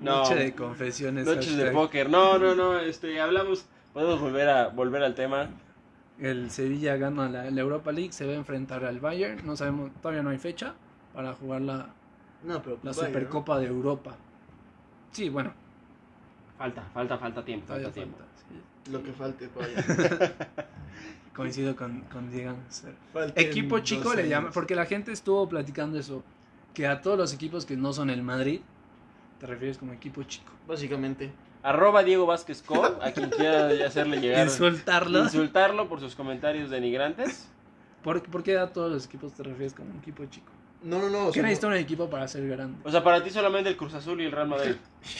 No.
Noche de confesiones.
Noches de
hashtag.
póker. No, no, no. Este, hablamos. Podemos volver a volver al tema.
El Sevilla gana la, la Europa League, se va a enfrentar al Bayern. No sabemos, todavía no hay fecha para jugar la,
No, pero
la
pues vaya, ¿no?
Supercopa de Europa. Sí, bueno,
Falta, falta, falta tiempo.
todavía
Falta tiempo.
falta. sí.
Lo que falte, vaya.
*laughs* Coincido con, con Diego. Ser-
Falten
Equipo
dos
chico le
años.
llama, porque la gente estuvo platicando eso, que a todos los equipos que no son el Madrid, te refieres como equipo chico.
Básicamente.
Arroba Diego Vázquez Co, a quien quiera hacerle llegar.
Insultarlo. *laughs*
Insultarlo por sus comentarios denigrantes.
¿Por, por qué a todos los equipos te refieres como un equipo chico?
No, no, no. o
¿Qué
sea, no-
necesita un equipo para ser grande?
O sea, para ti solamente el Cruz Azul y el Real Madrid.
*laughs*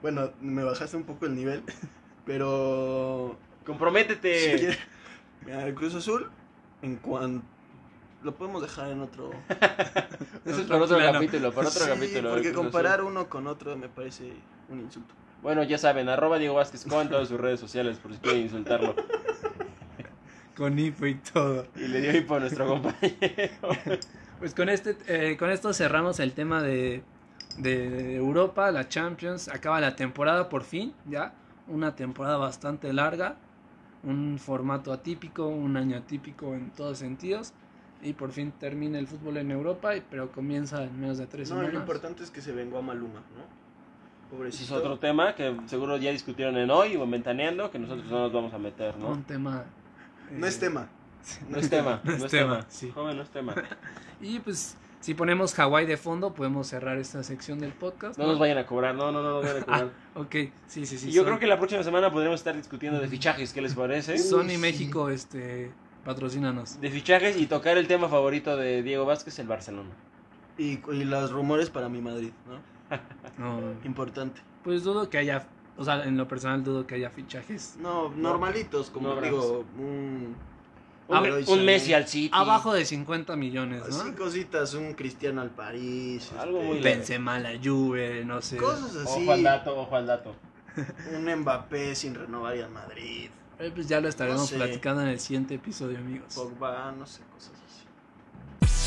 Bueno, me bajaste un poco el nivel, *laughs* pero... si
Comprométete.
quiere- Mira, el Cruz Azul, en cuanto... Lo podemos dejar en otro...
Eso es para otro
Tranquilano.
capítulo, *laughs* para otro
Sí,
capítulo. el
porque
Cruz Azul.
comparar uno con otro me parece un insulto.
Bueno, ya saben, arroba Diego Vázquez con en todas sus redes sociales por si quieren insultarlo.
Con info y todo.
*laughs* Y le dio hipo a nuestro compañero.
Pues con, este, eh, con esto cerramos el tema de, de Europa, la Champions. Acaba la temporada por fin, ya. Una temporada bastante larga. Un formato atípico, un año atípico en todos sentidos. Y por fin termina el fútbol en Europa, y- pero comienza en menos de tres
No,
semanas.
lo importante es que se vengó a Maluma, ¿no?
Ese
Pobrecito.
Pues es otro tema que seguro ya discutieron en hoy o en Ventaneando, que nosotros no nos vamos a meter, ¿no?
Un tema.
No es
eh,
tema.
No
*laughs*
es tema, no es tema.
sí.
Joven, no es tema.
Y pues, si ponemos Hawái de fondo, podemos cerrar esta sección del podcast.
No nos vayan a cobrar, no, no, no nos vayan a cobrar.
Ok, sí, sí, sí.
Y yo
son-
creo que la próxima semana podremos estar discutiendo de fichajes, ¿qué les parece?
Sony
sí.
México, este, patrocínanos.
De fichajes y tocar el tema favorito de Diego Vázquez, el Barcelona.
Y, y los rumores para mi Madrid, ¿no?
No,
Importante.
pues dudo que haya, o sea, en lo personal dudo que haya fichajes.
No, normalitos, como
No habrá.
digo, un...
A
Un,
ver,
un
Sané.
Messi al City.
Abajo de 50 millones,
Así
¿no?
cositas, un Cristiano al París. este,
Algo muy leve.
Benzema, la Juve, no sé.
Cosas así.
Ojo al dato, ojo al dato.
Un Mbappé sin renovar y al Madrid.
Eh, Pues ya lo estaremos
No sé.
platicando en el siguiente episodio, amigos.
Pogba, no sé, cosas así.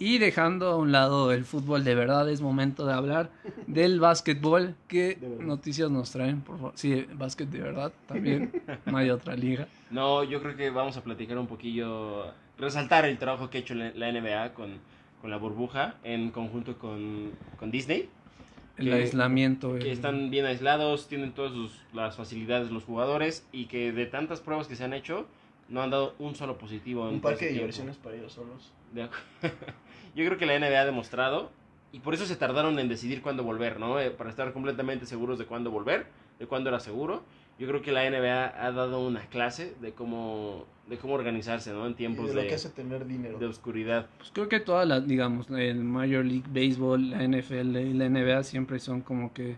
Y dejando a un lado el fútbol de verdad, es momento de hablar
*laughs*
del básquetbol. ¿Qué
De verdad.
noticias nos traen, por favor? Sí, básquet de verdad
*laughs*
también. No hay otra liga.
No, yo creo que vamos a platicar un poquillo, resaltar el trabajo que ha hecho la la NBA con, con la burbuja en conjunto con, con Disney,
El
Que-
aislamiento. el-
que están bien aislados, tienen todas sus- las facilidades los jugadores y que de tantas pruebas que se han hecho no han dado un solo positivo. en
Un
todo
parque de
ese
diversiones
tiempo.
para ellos solos.
De acu- *laughs* yo creo que la NBA ha demostrado y por eso se tardaron en decidir cuándo volver, ¿no? Eh, Para estar completamente seguros de cuándo volver, de cuándo era seguro. Yo creo que la NBA ha dado una clase de cómo, de cómo organizarse, ¿no? En
Y
tiempos
de lo
de,
que hace tener dinero.
de oscuridad.
Pues creo que todas las, digamos, el Major League Baseball, la NFL y la NBA siempre son como que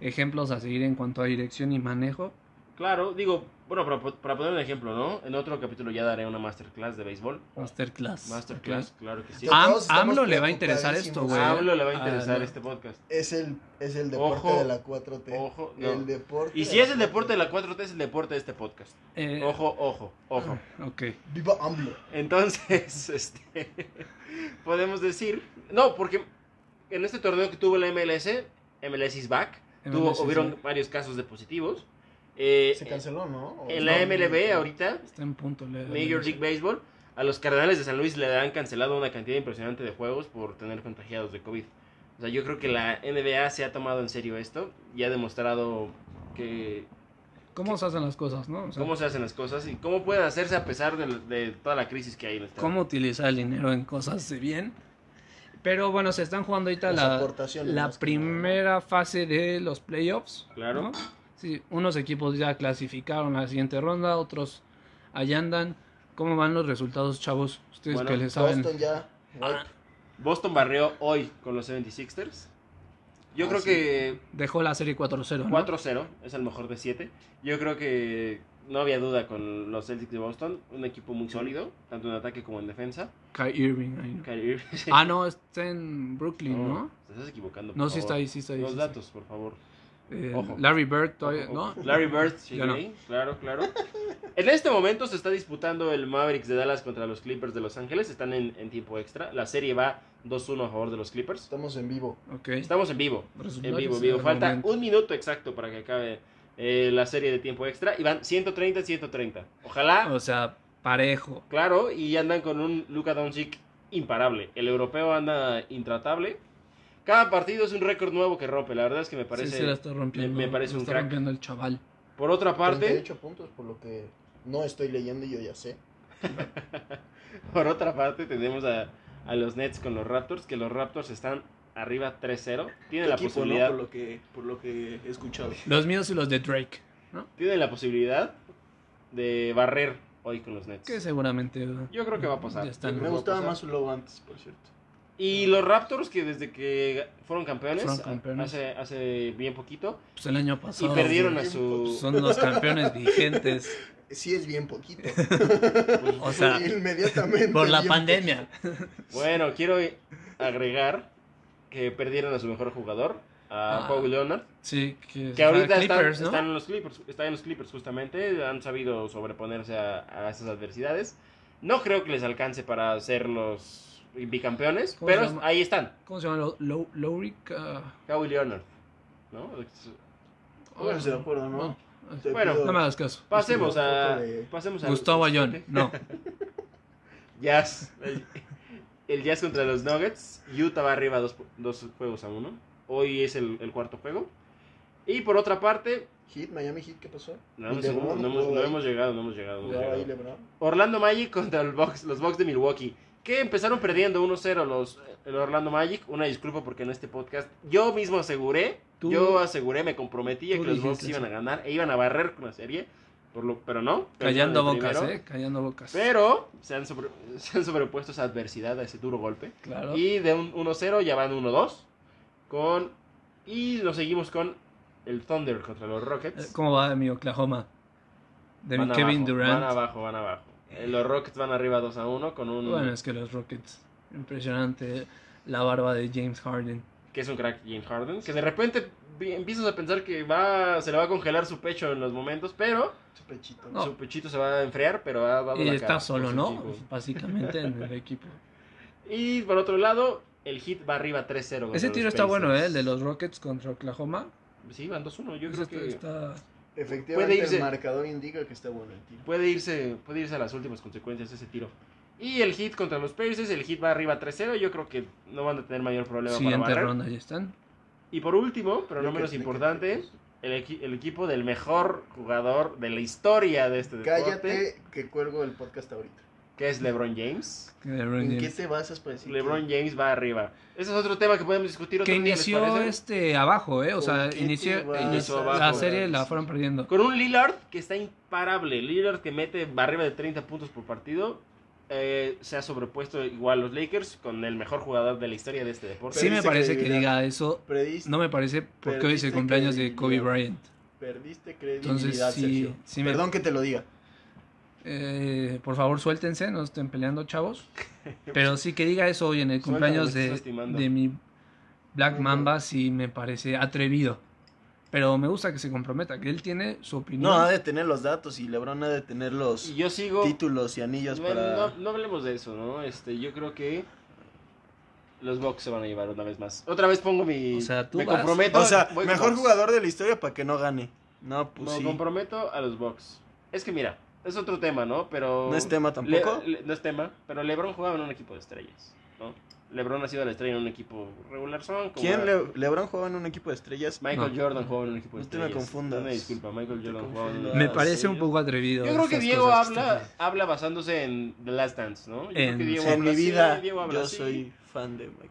ejemplos a seguir en cuanto a dirección y manejo.
Claro, digo, bueno, para, po- para poner un ejemplo, ¿no? En otro capítulo ya daré una masterclass de béisbol.
Masterclass.
Masterclass, claro que sí.
Yo-
Am-
Todos estamos
AMLO le va a interesar esto, güey.
preocupadísimos.
Pablo le va a interesar
Ah, no.
este podcast.
Es el, es el deporte
Ojo.
de la 4T.
Ojo, no.
El este deporte.
Y si es el deporte de la 4T, es el deporte de este podcast.
Eh,
Ojo, ojo, ojo.
Ok.
Viva AMLO.
Entonces, *laughs* este, podemos decir, no, porque en este torneo que tuvo la MLS, MLS is back, tuvo-
MLS,
hubieron
sí,
varios casos de positivos. Eh,
Se canceló, ¿no? ¿O
En
no?
la MLB ahorita,
Está en punto. le-
Major League Baseball, a los Cardenales de San Luis le han cancelado una cantidad impresionante de juegos por tener contagiados de COVID. O sea, yo creo que la NBA se ha tomado en serio esto y ha demostrado que
¿Cómo se hacen las cosas, no? O sea,
cómo se hacen las cosas y cómo pueden hacerse a pesar de, de toda la crisis que hay en este
cómo utilizar el dinero en cosas de bien. Pero bueno, se están jugando ahorita
Las
la,
aportaciones,
la
más que nada.
primera fase de los playoffs.
Claro.
¿no? Sí, unos equipos ya clasificaron a la siguiente ronda, otros allá andan. ¿Cómo van los resultados, chavos? Ustedes
Bueno,
que les saben.
Boston ya.
Ah,
Boston barrió hoy con los 76ers. Yo
Ah,
creo
sí.
que
Dejó la serie 4-0. ¿no?
4-0 es el mejor de 7. Yo creo que no había duda con los Celtics de Boston. Un equipo muy sólido, tanto en ataque como en defensa.
Kyrie Irving, ahí,
*laughs*
¿no?
Kyrie Irving-
Ah, no, está en Brooklyn, ¿no?
Oh, Te estás equivocando. por
No, sí está
favor.
ahí, sí está ahí.
Los
sí está ahí.
datos, por favor.
Eh,
Ojo.
Larry Bird todavía, ¿no?
Larry
*laughs*
Bird, sí,
Ya no.
claro, claro. *laughs* En este momento se está disputando el Mavericks de Dallas contra los Clippers de Los Ángeles. Están en, en tiempo extra. La serie va 2-1 a favor de los Clippers.
Estamos en vivo.
Ok.
Estamos en vivo. En
Resultados
vivo, en
del
vivo. Falta
momento.
un minuto exacto para que acabe eh, la serie de tiempo extra. Y van 130-130. Ojalá,
O sea, parejo.
claro, y andan con un Luka Doncic imparable. El europeo anda intratable. Cada partido es un récord nuevo que rompe. La verdad es que me
Parece,
parece...
sí, se la está rompiendo.
me parece
la
un
está
crack.
rompiendo el chaval.
Por otra parte,
38 puntos, por lo que no estoy leyendo y yo ya sé.
por otra parte tenemos a, a los Nets con los Raptors, que los Raptors están arriba 3-0. Tienen la
Equipo, ¿no?
posibilidad,
Por
*laughs*
lo que, por lo que he escuchado.
Los míos y los de Drake.
tienen la posibilidad de barrer hoy con los Nets.
Que seguramente.
Yo creo que va a pasar.
Ya están.
Yo
Me
creo que va a
gustaba
pasar.
más su logo antes, por cierto.
Y los Raptors que desde que fueron campeones,
Fueron campeones.
Hace, hace bien poquito
Pues el año
y
pasado.
perdieron a
güey.
su...
Son los
*laughs*
campeones vigentes.
Sí es bien poquito.
O sea,
*laughs* Inmediatamente.
por la
bien
pandemia.
*laughs* Bueno, quiero agregar que perdieron a su mejor jugador, a
Ah,
Kawhi Leonard,
Sí, que,
que ahorita
para
están-
Pues Clippers,
están,
¿no?
en los Clippers, está en los Clippers justamente, han sabido sobreponerse a, a esas adversidades. No creo que les alcance para ser los bicampeones,
¿Cómo se
pero
llama?
ahí están,
¿Cómo se llama? Lo- Lo- Lowry. ah,
Kawhi Leonard, ¿no?
Pónganse de acuerdo, ¿no?
Bueno,
Te
Bueno,
pido-
no me hagas caso.
Pasemos
Sí, un
a,
poco de-
pasemos a
Gustavo Ayón,
*laughs*
no.
Jazz. El, el Jazz contra los Nuggets. Utah va arriba dos, dos juegos a uno. Hoy es el, el cuarto juego. Y por otra parte,
Heat, Miami Heat, ¿qué pasó?
no,
¿Y
un
LeBron
segundo, no
jugó
hemos, no
ahí?
hemos llegado, no hemos llegado. no hemos
¿Jugaba ahí
llegado.
LeBron?
Orlando Magic contra el Bucks- los Bucks de Milwaukee. Que empezaron perdiendo 1-0 los el Orlando Magic. Una disculpa porque en este podcast yo mismo aseguré,
Tú-
yo aseguré, me comprometí a
tú
que los
dijiste
Bucks
eso.
iban a ganar e iban a barrer con la serie. Por lo, pero no. perdieron
Callando
el
bocas,
primero.
¿eh? Callando bocas.
Pero se han, sobre- *laughs* se han sobrepuesto esa adversidad, a ese duro golpe.
Claro.
Y de un 1-0 ya van 1-2. Con... Y nos seguimos con el Thunder contra los
Eh,
Rockets.
¿Cómo va mi Oklahoma? De mi
Van
Kevin
abajo, Van
Durant.
abajo, van abajo. Eh, Los Rockets van arriba 2 a 1 con un
Bueno, es que los Rockets. Impresionante. La barba de James Harden.
que es un crack James Harden, que de repente vi- empiezas a pensar que va se le va a congelar su pecho en los momentos, pero
Su pechito.
No.
su pechito se va a enfriar, pero ha dado
Y
la cara
está
por
solo,
su
¿no?
equipo.
*laughs* Básicamente en el equipo.
Y por otro lado, el Hit va arriba 3-0 contra
Ese
los
tiro está bueno,
Pacers.
¿eh? El de los Rockets contra Oklahoma.
Sí, van 2-1, yo
Ese
creo que
está...
Efectivamente,
Puede irse.
el marcador indica que está bueno el tiro.
puede irse, puede irse a las últimas consecuencias ese tiro. Y el hit contra los Pacers, el hit va arriba 3-0, yo creo que no van a tener mayor problema para
Siguiente
barrer.
ronda, ya están.
Y por último, pero no menos
Lakers, Lakers,
importante,
Lakers.
el, equi- el equipo del mejor jugador de la historia de este deporte,
Cállate que cuelgo el podcast ahorita.
que es LeBron James.
Que LeBron
¿En qué
James.
te basas para decir
LeBron James va arriba. Ese es otro tema que podemos discutir otro
Que
día, ¿les
inició
parece?
este abajo, ¿eh? O
¿Con
sea,
qué te
inició,
vas
inició
a
la
basar?
serie, la fueron perdiendo.
Con un Lillard que está imparable. Lillard que mete arriba de 30 puntos por partido. eh, se ha sobrepuesto igual los Lakers con el mejor jugador de la historia de este deporte.
Sí me
Perdiste
parece que
credibilidad.
diga eso.
Prediste,
No me parece porque hoy es el
Perdiste
cumpleaños de Kobe
credibilidad.
Bryant.
Perdiste credibilidad,
Entonces sí,
Sergio.
sí me...
Perdón que te lo diga.
Eh, por favor, suéltense, no estén peleando,
*laughs*
chavos. Pero sí que diga eso hoy en el
Suéltame,
cumpleaños
me estás
de,
lastimando.
de mi Black
Ujú.
Mamba, sí me parece atrevido. Pero me gusta que se comprometa, que él tiene su opinión.
No, ha de tener los datos y LeBron ha de tener los
Y yo sigo.
títulos y anillos
Bueno,
para...
no, no hablemos de eso, ¿no? Este, yo creo que los Bucks se van a llevar una vez más. Otra vez pongo mi.
O sea, tú
me
vas.
comprometo.
O sea,
voy con
mejor
Bucks.
jugador de la historia para que no gane. No,
Me
pues sí.
comprometo a los Bucks. Es que mira, es otro tema, ¿no? Pero.
No es tema tampoco.
Le- le- no es tema, pero LeBron jugaba en un equipo de estrellas, ¿no? LeBron ha sido la estrella en un equipo regular son. como
¿Quién?
a-
Le- ¿Lebron jugaba en un equipo de estrellas?
Michael
No.
Jordan jugaba en un equipo de
No te me
estrellas.
confundas.
Una disculpa, Michael
No te
Jordan jugaba en un
confundas.
Me
Ah,
parece
sí.
un poco atrevido.
Yo creo que
esas
Diego
cosas que
habla,
están-
habla basándose en The Last Dance, ¿no? Yo creo
En-
que Diego
en
habla
mi
así,
vida,
Diego habla
yo
así,
soy fan de Michael.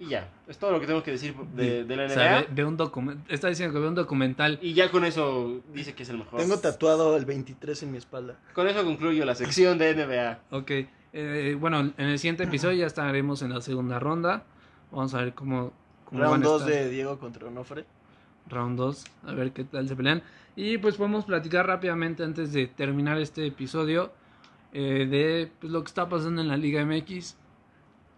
Y ya, es todo lo que tengo que decir de, de la
O
NBA.
sea, ve, ve un documental. Está diciendo que ve un documental.
Y ya con eso dice que es el mejor.
Tengo tatuado el 23 en mi espalda.
Con eso concluyo la sección de NBA.
Ok. eh, bueno, en el siguiente episodio ya estaremos en la segunda ronda. Vamos a ver cómo. cómo
Round
van a
2
estar.
de Diego contra Onofre.
Round 2, a ver qué tal se pelean. Y pues podemos platicar rápidamente antes de terminar este episodio eh, de pues, lo que está pasando en la Liga MX.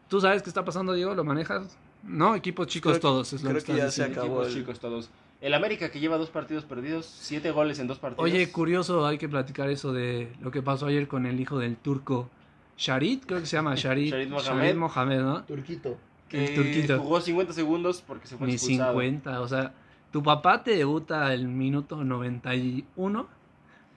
¿Tú sabes qué está pasando, Diego? ¿Lo manejas? No, equipos chicos
Creo que-
todos, es lo
creo
que
que
estás
ya se
diciendo.
acabó
Equipos
el-
chicos todos. El América que lleva dos partidos perdidos, siete goles en dos partidos.
Oye, curioso, hay que platicar eso de lo que pasó ayer con el hijo del turco Sharit, creo que se llama Sharit.
Sharit Mohamed.
Mohamed, ¿no?
Turquito.
que
el turquito.
Jugó 50 segundos porque se fue
Ni
expulsado.
50, o sea, tu papá te debuta el minuto 91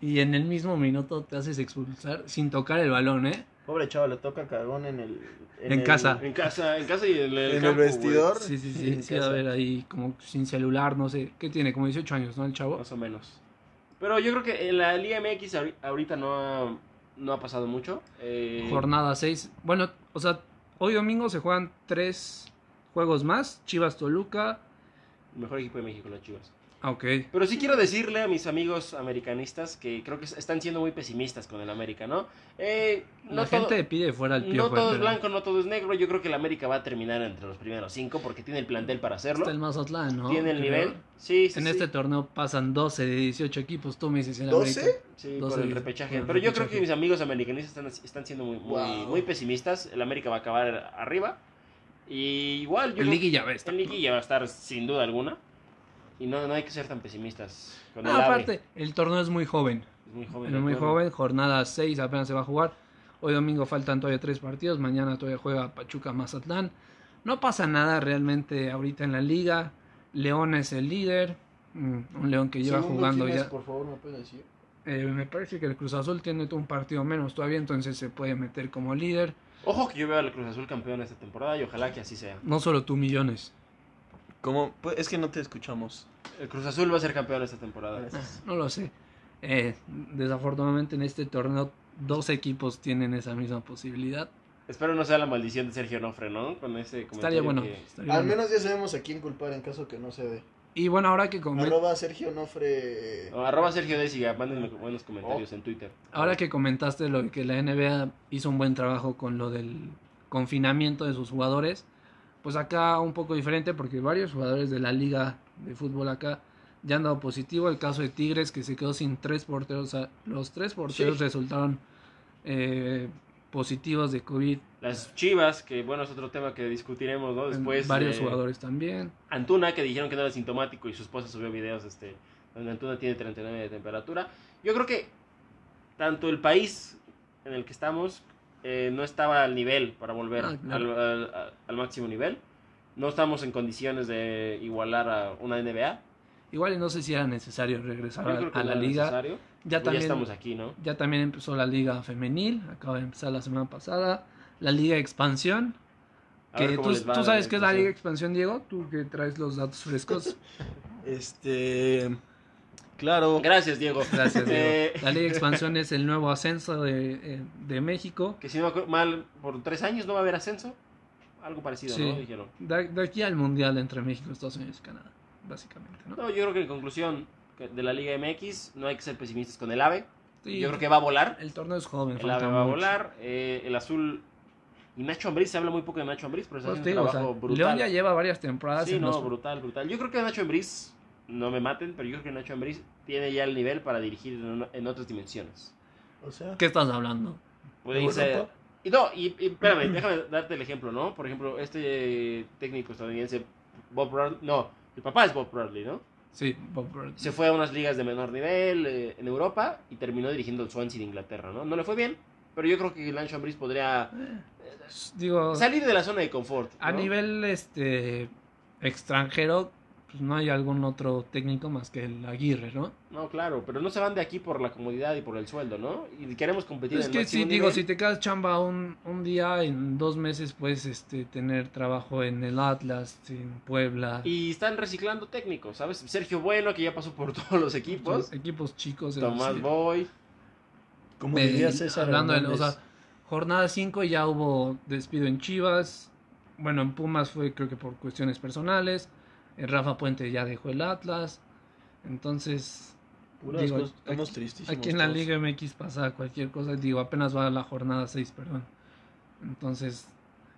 y en el mismo minuto te haces expulsar sin tocar el balón, ¿eh?
Pobre chavo, le toca cagón en el...
En casa.
En casa, en casa y en el,
En el
campo, güey.
vestidor.
Sí, sí,
en
sí, sí, a
casa.
ver, ahí como sin celular, no sé, ¿qué tiene? Como 18 años, ¿no? El chavo.
Más o menos. Pero yo creo que en la Liga MX ahori- ahorita no ha, no ha pasado mucho. Eh,
Jornada 6. Bueno, o sea, hoy domingo se juegan tres juegos más, Chivas Toluca, ah,
Mejor equipo de México, las Chivas.
Ok.
Pero sí quiero decirle a mis amigos americanistas que creo que están siendo muy pesimistas con el América, ¿no? Eh, no
la gente pide fuera al
todo,
piojo.
no todo es
pero
blanco, no todo es negro. Yo creo que el América va a terminar entre los primeros cinco porque tiene el plantel para hacerlo.
Está el Mazatlán, ¿no?
tiene el
Creo.
nivel. Sí, sí,
En
sí.
este torneo pasan 12 de 18 equipos. Tú me dices el
¿12?
América.
Sí,
Dos
por el
series,
repechaje.
por el
Pero yo creo
repechaje.
que mis amigos americanistas están, están siendo muy, muy,
Wow.
muy pesimistas. El América va a acabar arriba. Y igual yo
El
creo-
Liguilla va a estar.
el liguilla va a estar sin duda alguna. Y no, no hay que ser tan pesimistas. Con
No,
el AVE.
aparte, el torneo es muy joven.
Es muy joven.
Es
de
muy
acuerdo.
joven, jornada 6 apenas se va a jugar. Hoy domingo faltan todavía tres partidos, mañana todavía juega Pachuca Mazatlán. No pasa nada realmente ahorita en la liga. León es el líder, mm, un León que lleva
Segundo,
jugando
¿quién es?
ya.
Por favor, ¿me puedes decir?
Eh, me parece que el Cruz Azul tiene un partido menos todavía, entonces se puede meter como líder.
Ojo que yo veo al Cruz Azul campeón esta temporada y ojalá que así sea.
No solo tú millones.
¿Cómo? Pues es que no te escuchamos.
El Cruz Azul va a ser campeón esta temporada.
Gracias.
No lo sé. Eh, desafortunadamente en este torneo dos equipos tienen esa misma posibilidad.
Espero no sea la maldición de Sergio Nofre, ¿no? Con ese comentario
Estaría bueno.
que-
estaría
Al
bueno.
menos ya sabemos a quién culpar en caso que no se dé.
Y bueno, ahora que comen-
Arroba Sergio Nofre.
No, arroba Sergio Désiga, mándenme buenos comentarios en Twitter.
Ahora que comentaste lo de que la NBA hizo un buen trabajo con lo del confinamiento de sus jugadores, pues acá un poco diferente porque varios jugadores de la liga de fútbol acá ya han dado positivo. El caso de Tigres que se quedó sin tres porteros, a- los tres porteros
Sí.
resultaron eh, positivos de COVID.
Las Chivas, que bueno, es otro tema que discutiremos, ¿no? Después.
varios
eh,
jugadores también.
Antuna, que dijeron que no era sintomático y su esposa subió videos este, donde Antuna tiene 39 de temperatura. Yo creo que tanto el país en el que estamos eh, no estaba al nivel para volver
Ah, claro.
al, al- al máximo nivel. No estamos en condiciones de igualar a una NBA.
Igual y no sé si era necesario regresar
Yo creo
a,
que
a
no
la
era
liga.
necesario.
Ya
Pues
también
estamos aquí, ¿no?
Ya también empezó la liga femenil, acaba de empezar la semana pasada, la liga de expansión.
A
Que
ver
tú,
cómo les va
tú
la
sabes qué es la liga de
selección.
expansión, Diego, tú que traes los datos
*laughs*
frescos.
Este. Claro.
Gracias, Diego.
Gracias,
Eh,
Diego. La liga de expansión es el nuevo ascenso de, eh, de México.
que si no me acuerdo mal, por tres años no va a haber ascenso. Algo parecido,
Sí.
¿no? Dijeron.
De, de aquí al mundial entre México, Estados Unidos y Canadá, básicamente. ¿no?
No, yo creo que en conclusión que de la Liga MX no hay que ser pesimistas con el AVE.
Sí,
Yo creo que va a volar.
el torneo es joven.
El
falta
AVE va a
mucho.
volar. eh, el azul. Y Nacho Ambriz, se habla muy poco de Nacho Ambriz, pero está
Pues
haciendo
te
un
digo, o sea,
trabajo brutal.
León ya lleva varias temporadas.
Sí,
en
no,
los-
brutal, brutal. Yo creo que Nacho Ambriz, no me maten, pero yo creo que Nacho Ambriz tiene ya el nivel para dirigir en, una- en otras dimensiones.
O sea,
¿Qué estás hablando?
Puede
¿De
irse-
Europa?
Y no, y, y espérame, *clears throat* déjame darte el ejemplo, ¿no? Por ejemplo, este eh, técnico estadounidense, Bob Bradley, no, el papá es Bob Bradley, ¿no?
Sí, Bob Bradley.
Se fue a unas ligas de menor nivel eh, en Europa y terminó dirigiendo el Swansea de Inglaterra, ¿no? No le fue bien, pero yo creo que Nacho Ambriz podría eh,
Digo,
salir de la zona de confort.
Eh, A
¿no?
nivel este extranjero, pues no hay algún otro técnico más que el Aguirre, ¿no?
No, claro, pero no se van de aquí por la comodidad y por el sueldo, ¿no? Y queremos competir
es
en el
que sí,
máximo
digo,
nivel.
si te quedas chamba un, un día, en dos meses puedes este, tener trabajo en el Atlas, en Puebla,
Y están reciclando técnicos, ¿sabes? Sergio Bueno, que ya pasó por *laughs* todos los equipos.
equipos, equipos chicos. en
Tomás
los-
Boy.
como
Eh,
diría César.
hablando de- o
Hernández,
sea, Jornada 5 ya hubo despido en Chivas. Bueno, en Pumas fue creo que por cuestiones personales. eh, Rafa Puente ya dejó el Atlas. Entonces,
puras
digo,
cosas- estamos
aquí-
tristísimos
Aquí en la
todos.
Liga MX pasa cualquier cosa, digo, apenas va la jornada 6, perdón. Entonces,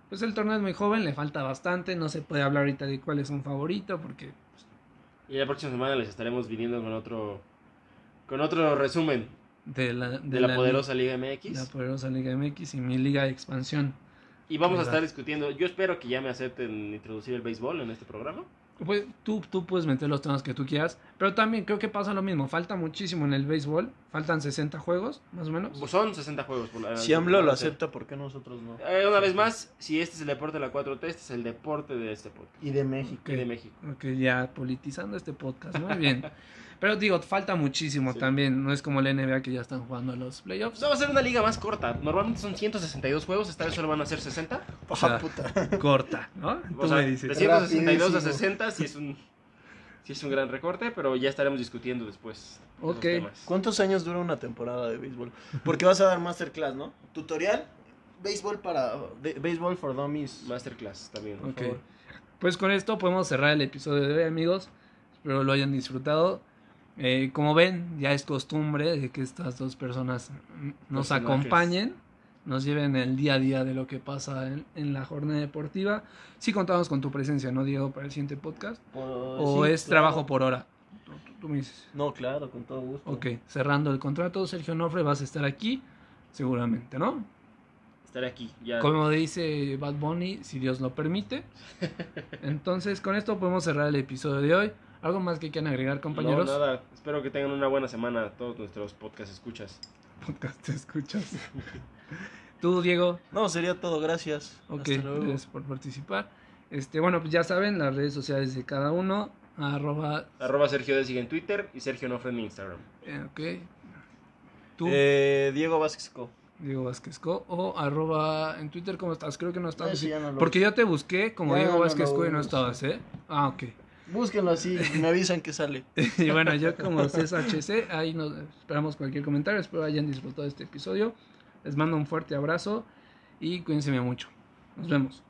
pues el torneo es muy joven, le falta bastante, no se puede hablar ahorita de cuál es un favorito, porque pues,
Y la próxima semana les estaremos viniendo con otro con otro resumen
de la,
de, la, poderosa Liga MX.
la poderosa Liga MX y mi Liga de Expansión.
Y vamos a
Verdad.
estar discutiendo. Yo espero que ya me acepten introducir el béisbol en este programa.
Pues, tú, tú puedes meter los temas que tú quieras, pero también creo que pasa lo mismo, falta muchísimo en el béisbol, faltan 60 juegos, más o menos.
Son 60 juegos. Por la,
Si AMLO lo
por hacer.
acepta, ¿por qué nosotros no?
Eh, una vez más, si este es el deporte de la 4T, este es el deporte de este podcast.
Y de México.
Y de
Ok.
México.
Ok, ya politizando este podcast, muy bien. Pero digo, falta muchísimo
Sí.
también, no es como la NBA que ya están jugando a los playoffs.
*laughs* Pues va a ser una liga más corta. Normalmente son 162 juegos, esta vez solo van a ser 60.
*laughs*
Ah,
sea,
puta.
corta, ¿no?
O
Tú
sea,
me
de
dices.
162 a
Rapidísimo.
60 sí es un sí es un gran recorte, pero ya estaremos discutiendo después. esos
Ok.
temas.
¿Cuántos años dura una temporada de béisbol? Porque vas a dar masterclass, ¿no? Tutorial, béisbol para... de- béisbol for dummies.
Masterclass también.
Ok. Pues con esto podemos cerrar el episodio de hoy, amigos. Espero lo hayan disfrutado. Eh, como ven, ya es costumbre de que estas dos personas nos
Personajes.
acompañen, nos lleven el día a día de lo que pasa en, en la jornada deportiva. Sí contamos con tu presencia, ¿no, Diego, para el siguiente podcast? ¿O es trabajo por hora? Tú, tú- tú me dices.
Pues, No, claro, con todo gusto.
Ok, cerrando el contrato, Sergio Nofre, vas a estar aquí seguramente, ¿no?
Estaré aquí, ya.
Como dice Bad Bunny, si Dios lo permite. Entonces, con esto podemos cerrar el episodio de hoy. ¿Algo más que quieran agregar, compañeros?
No, nada. Espero que tengan una buena semana todos nuestros podcast escuchas.
*laughs* podcast te escuchas. Tú, Diego,
No, sería todo, gracias.
ok,
Hasta luego.
gracias por participar. Este, bueno, pues ya saben, las redes sociales de cada uno, arroba,
Arroba Sergio de sigue en Twitter y Sergio Nofre en Instagram.
eh, ok, tú,
Eh, Diego Vázquez Co.
Diego Vázquez Co, o arroba, en Twitter, ¿cómo estás? Creo que no estás,
Ese ya no lo
porque yo te busqué como
Ya
Diego
no
Vázquez
lo
Co y no
busco.
estabas, ¿eh? Ah, ok. *laughs*
Búsquenlo así.
Me avisan que sale.
Y bueno, yo como CSHC, ahí nos esperamos cualquier comentario. Espero hayan disfrutado este episodio. Les mando un fuerte abrazo y cuídense mucho. Nos vemos.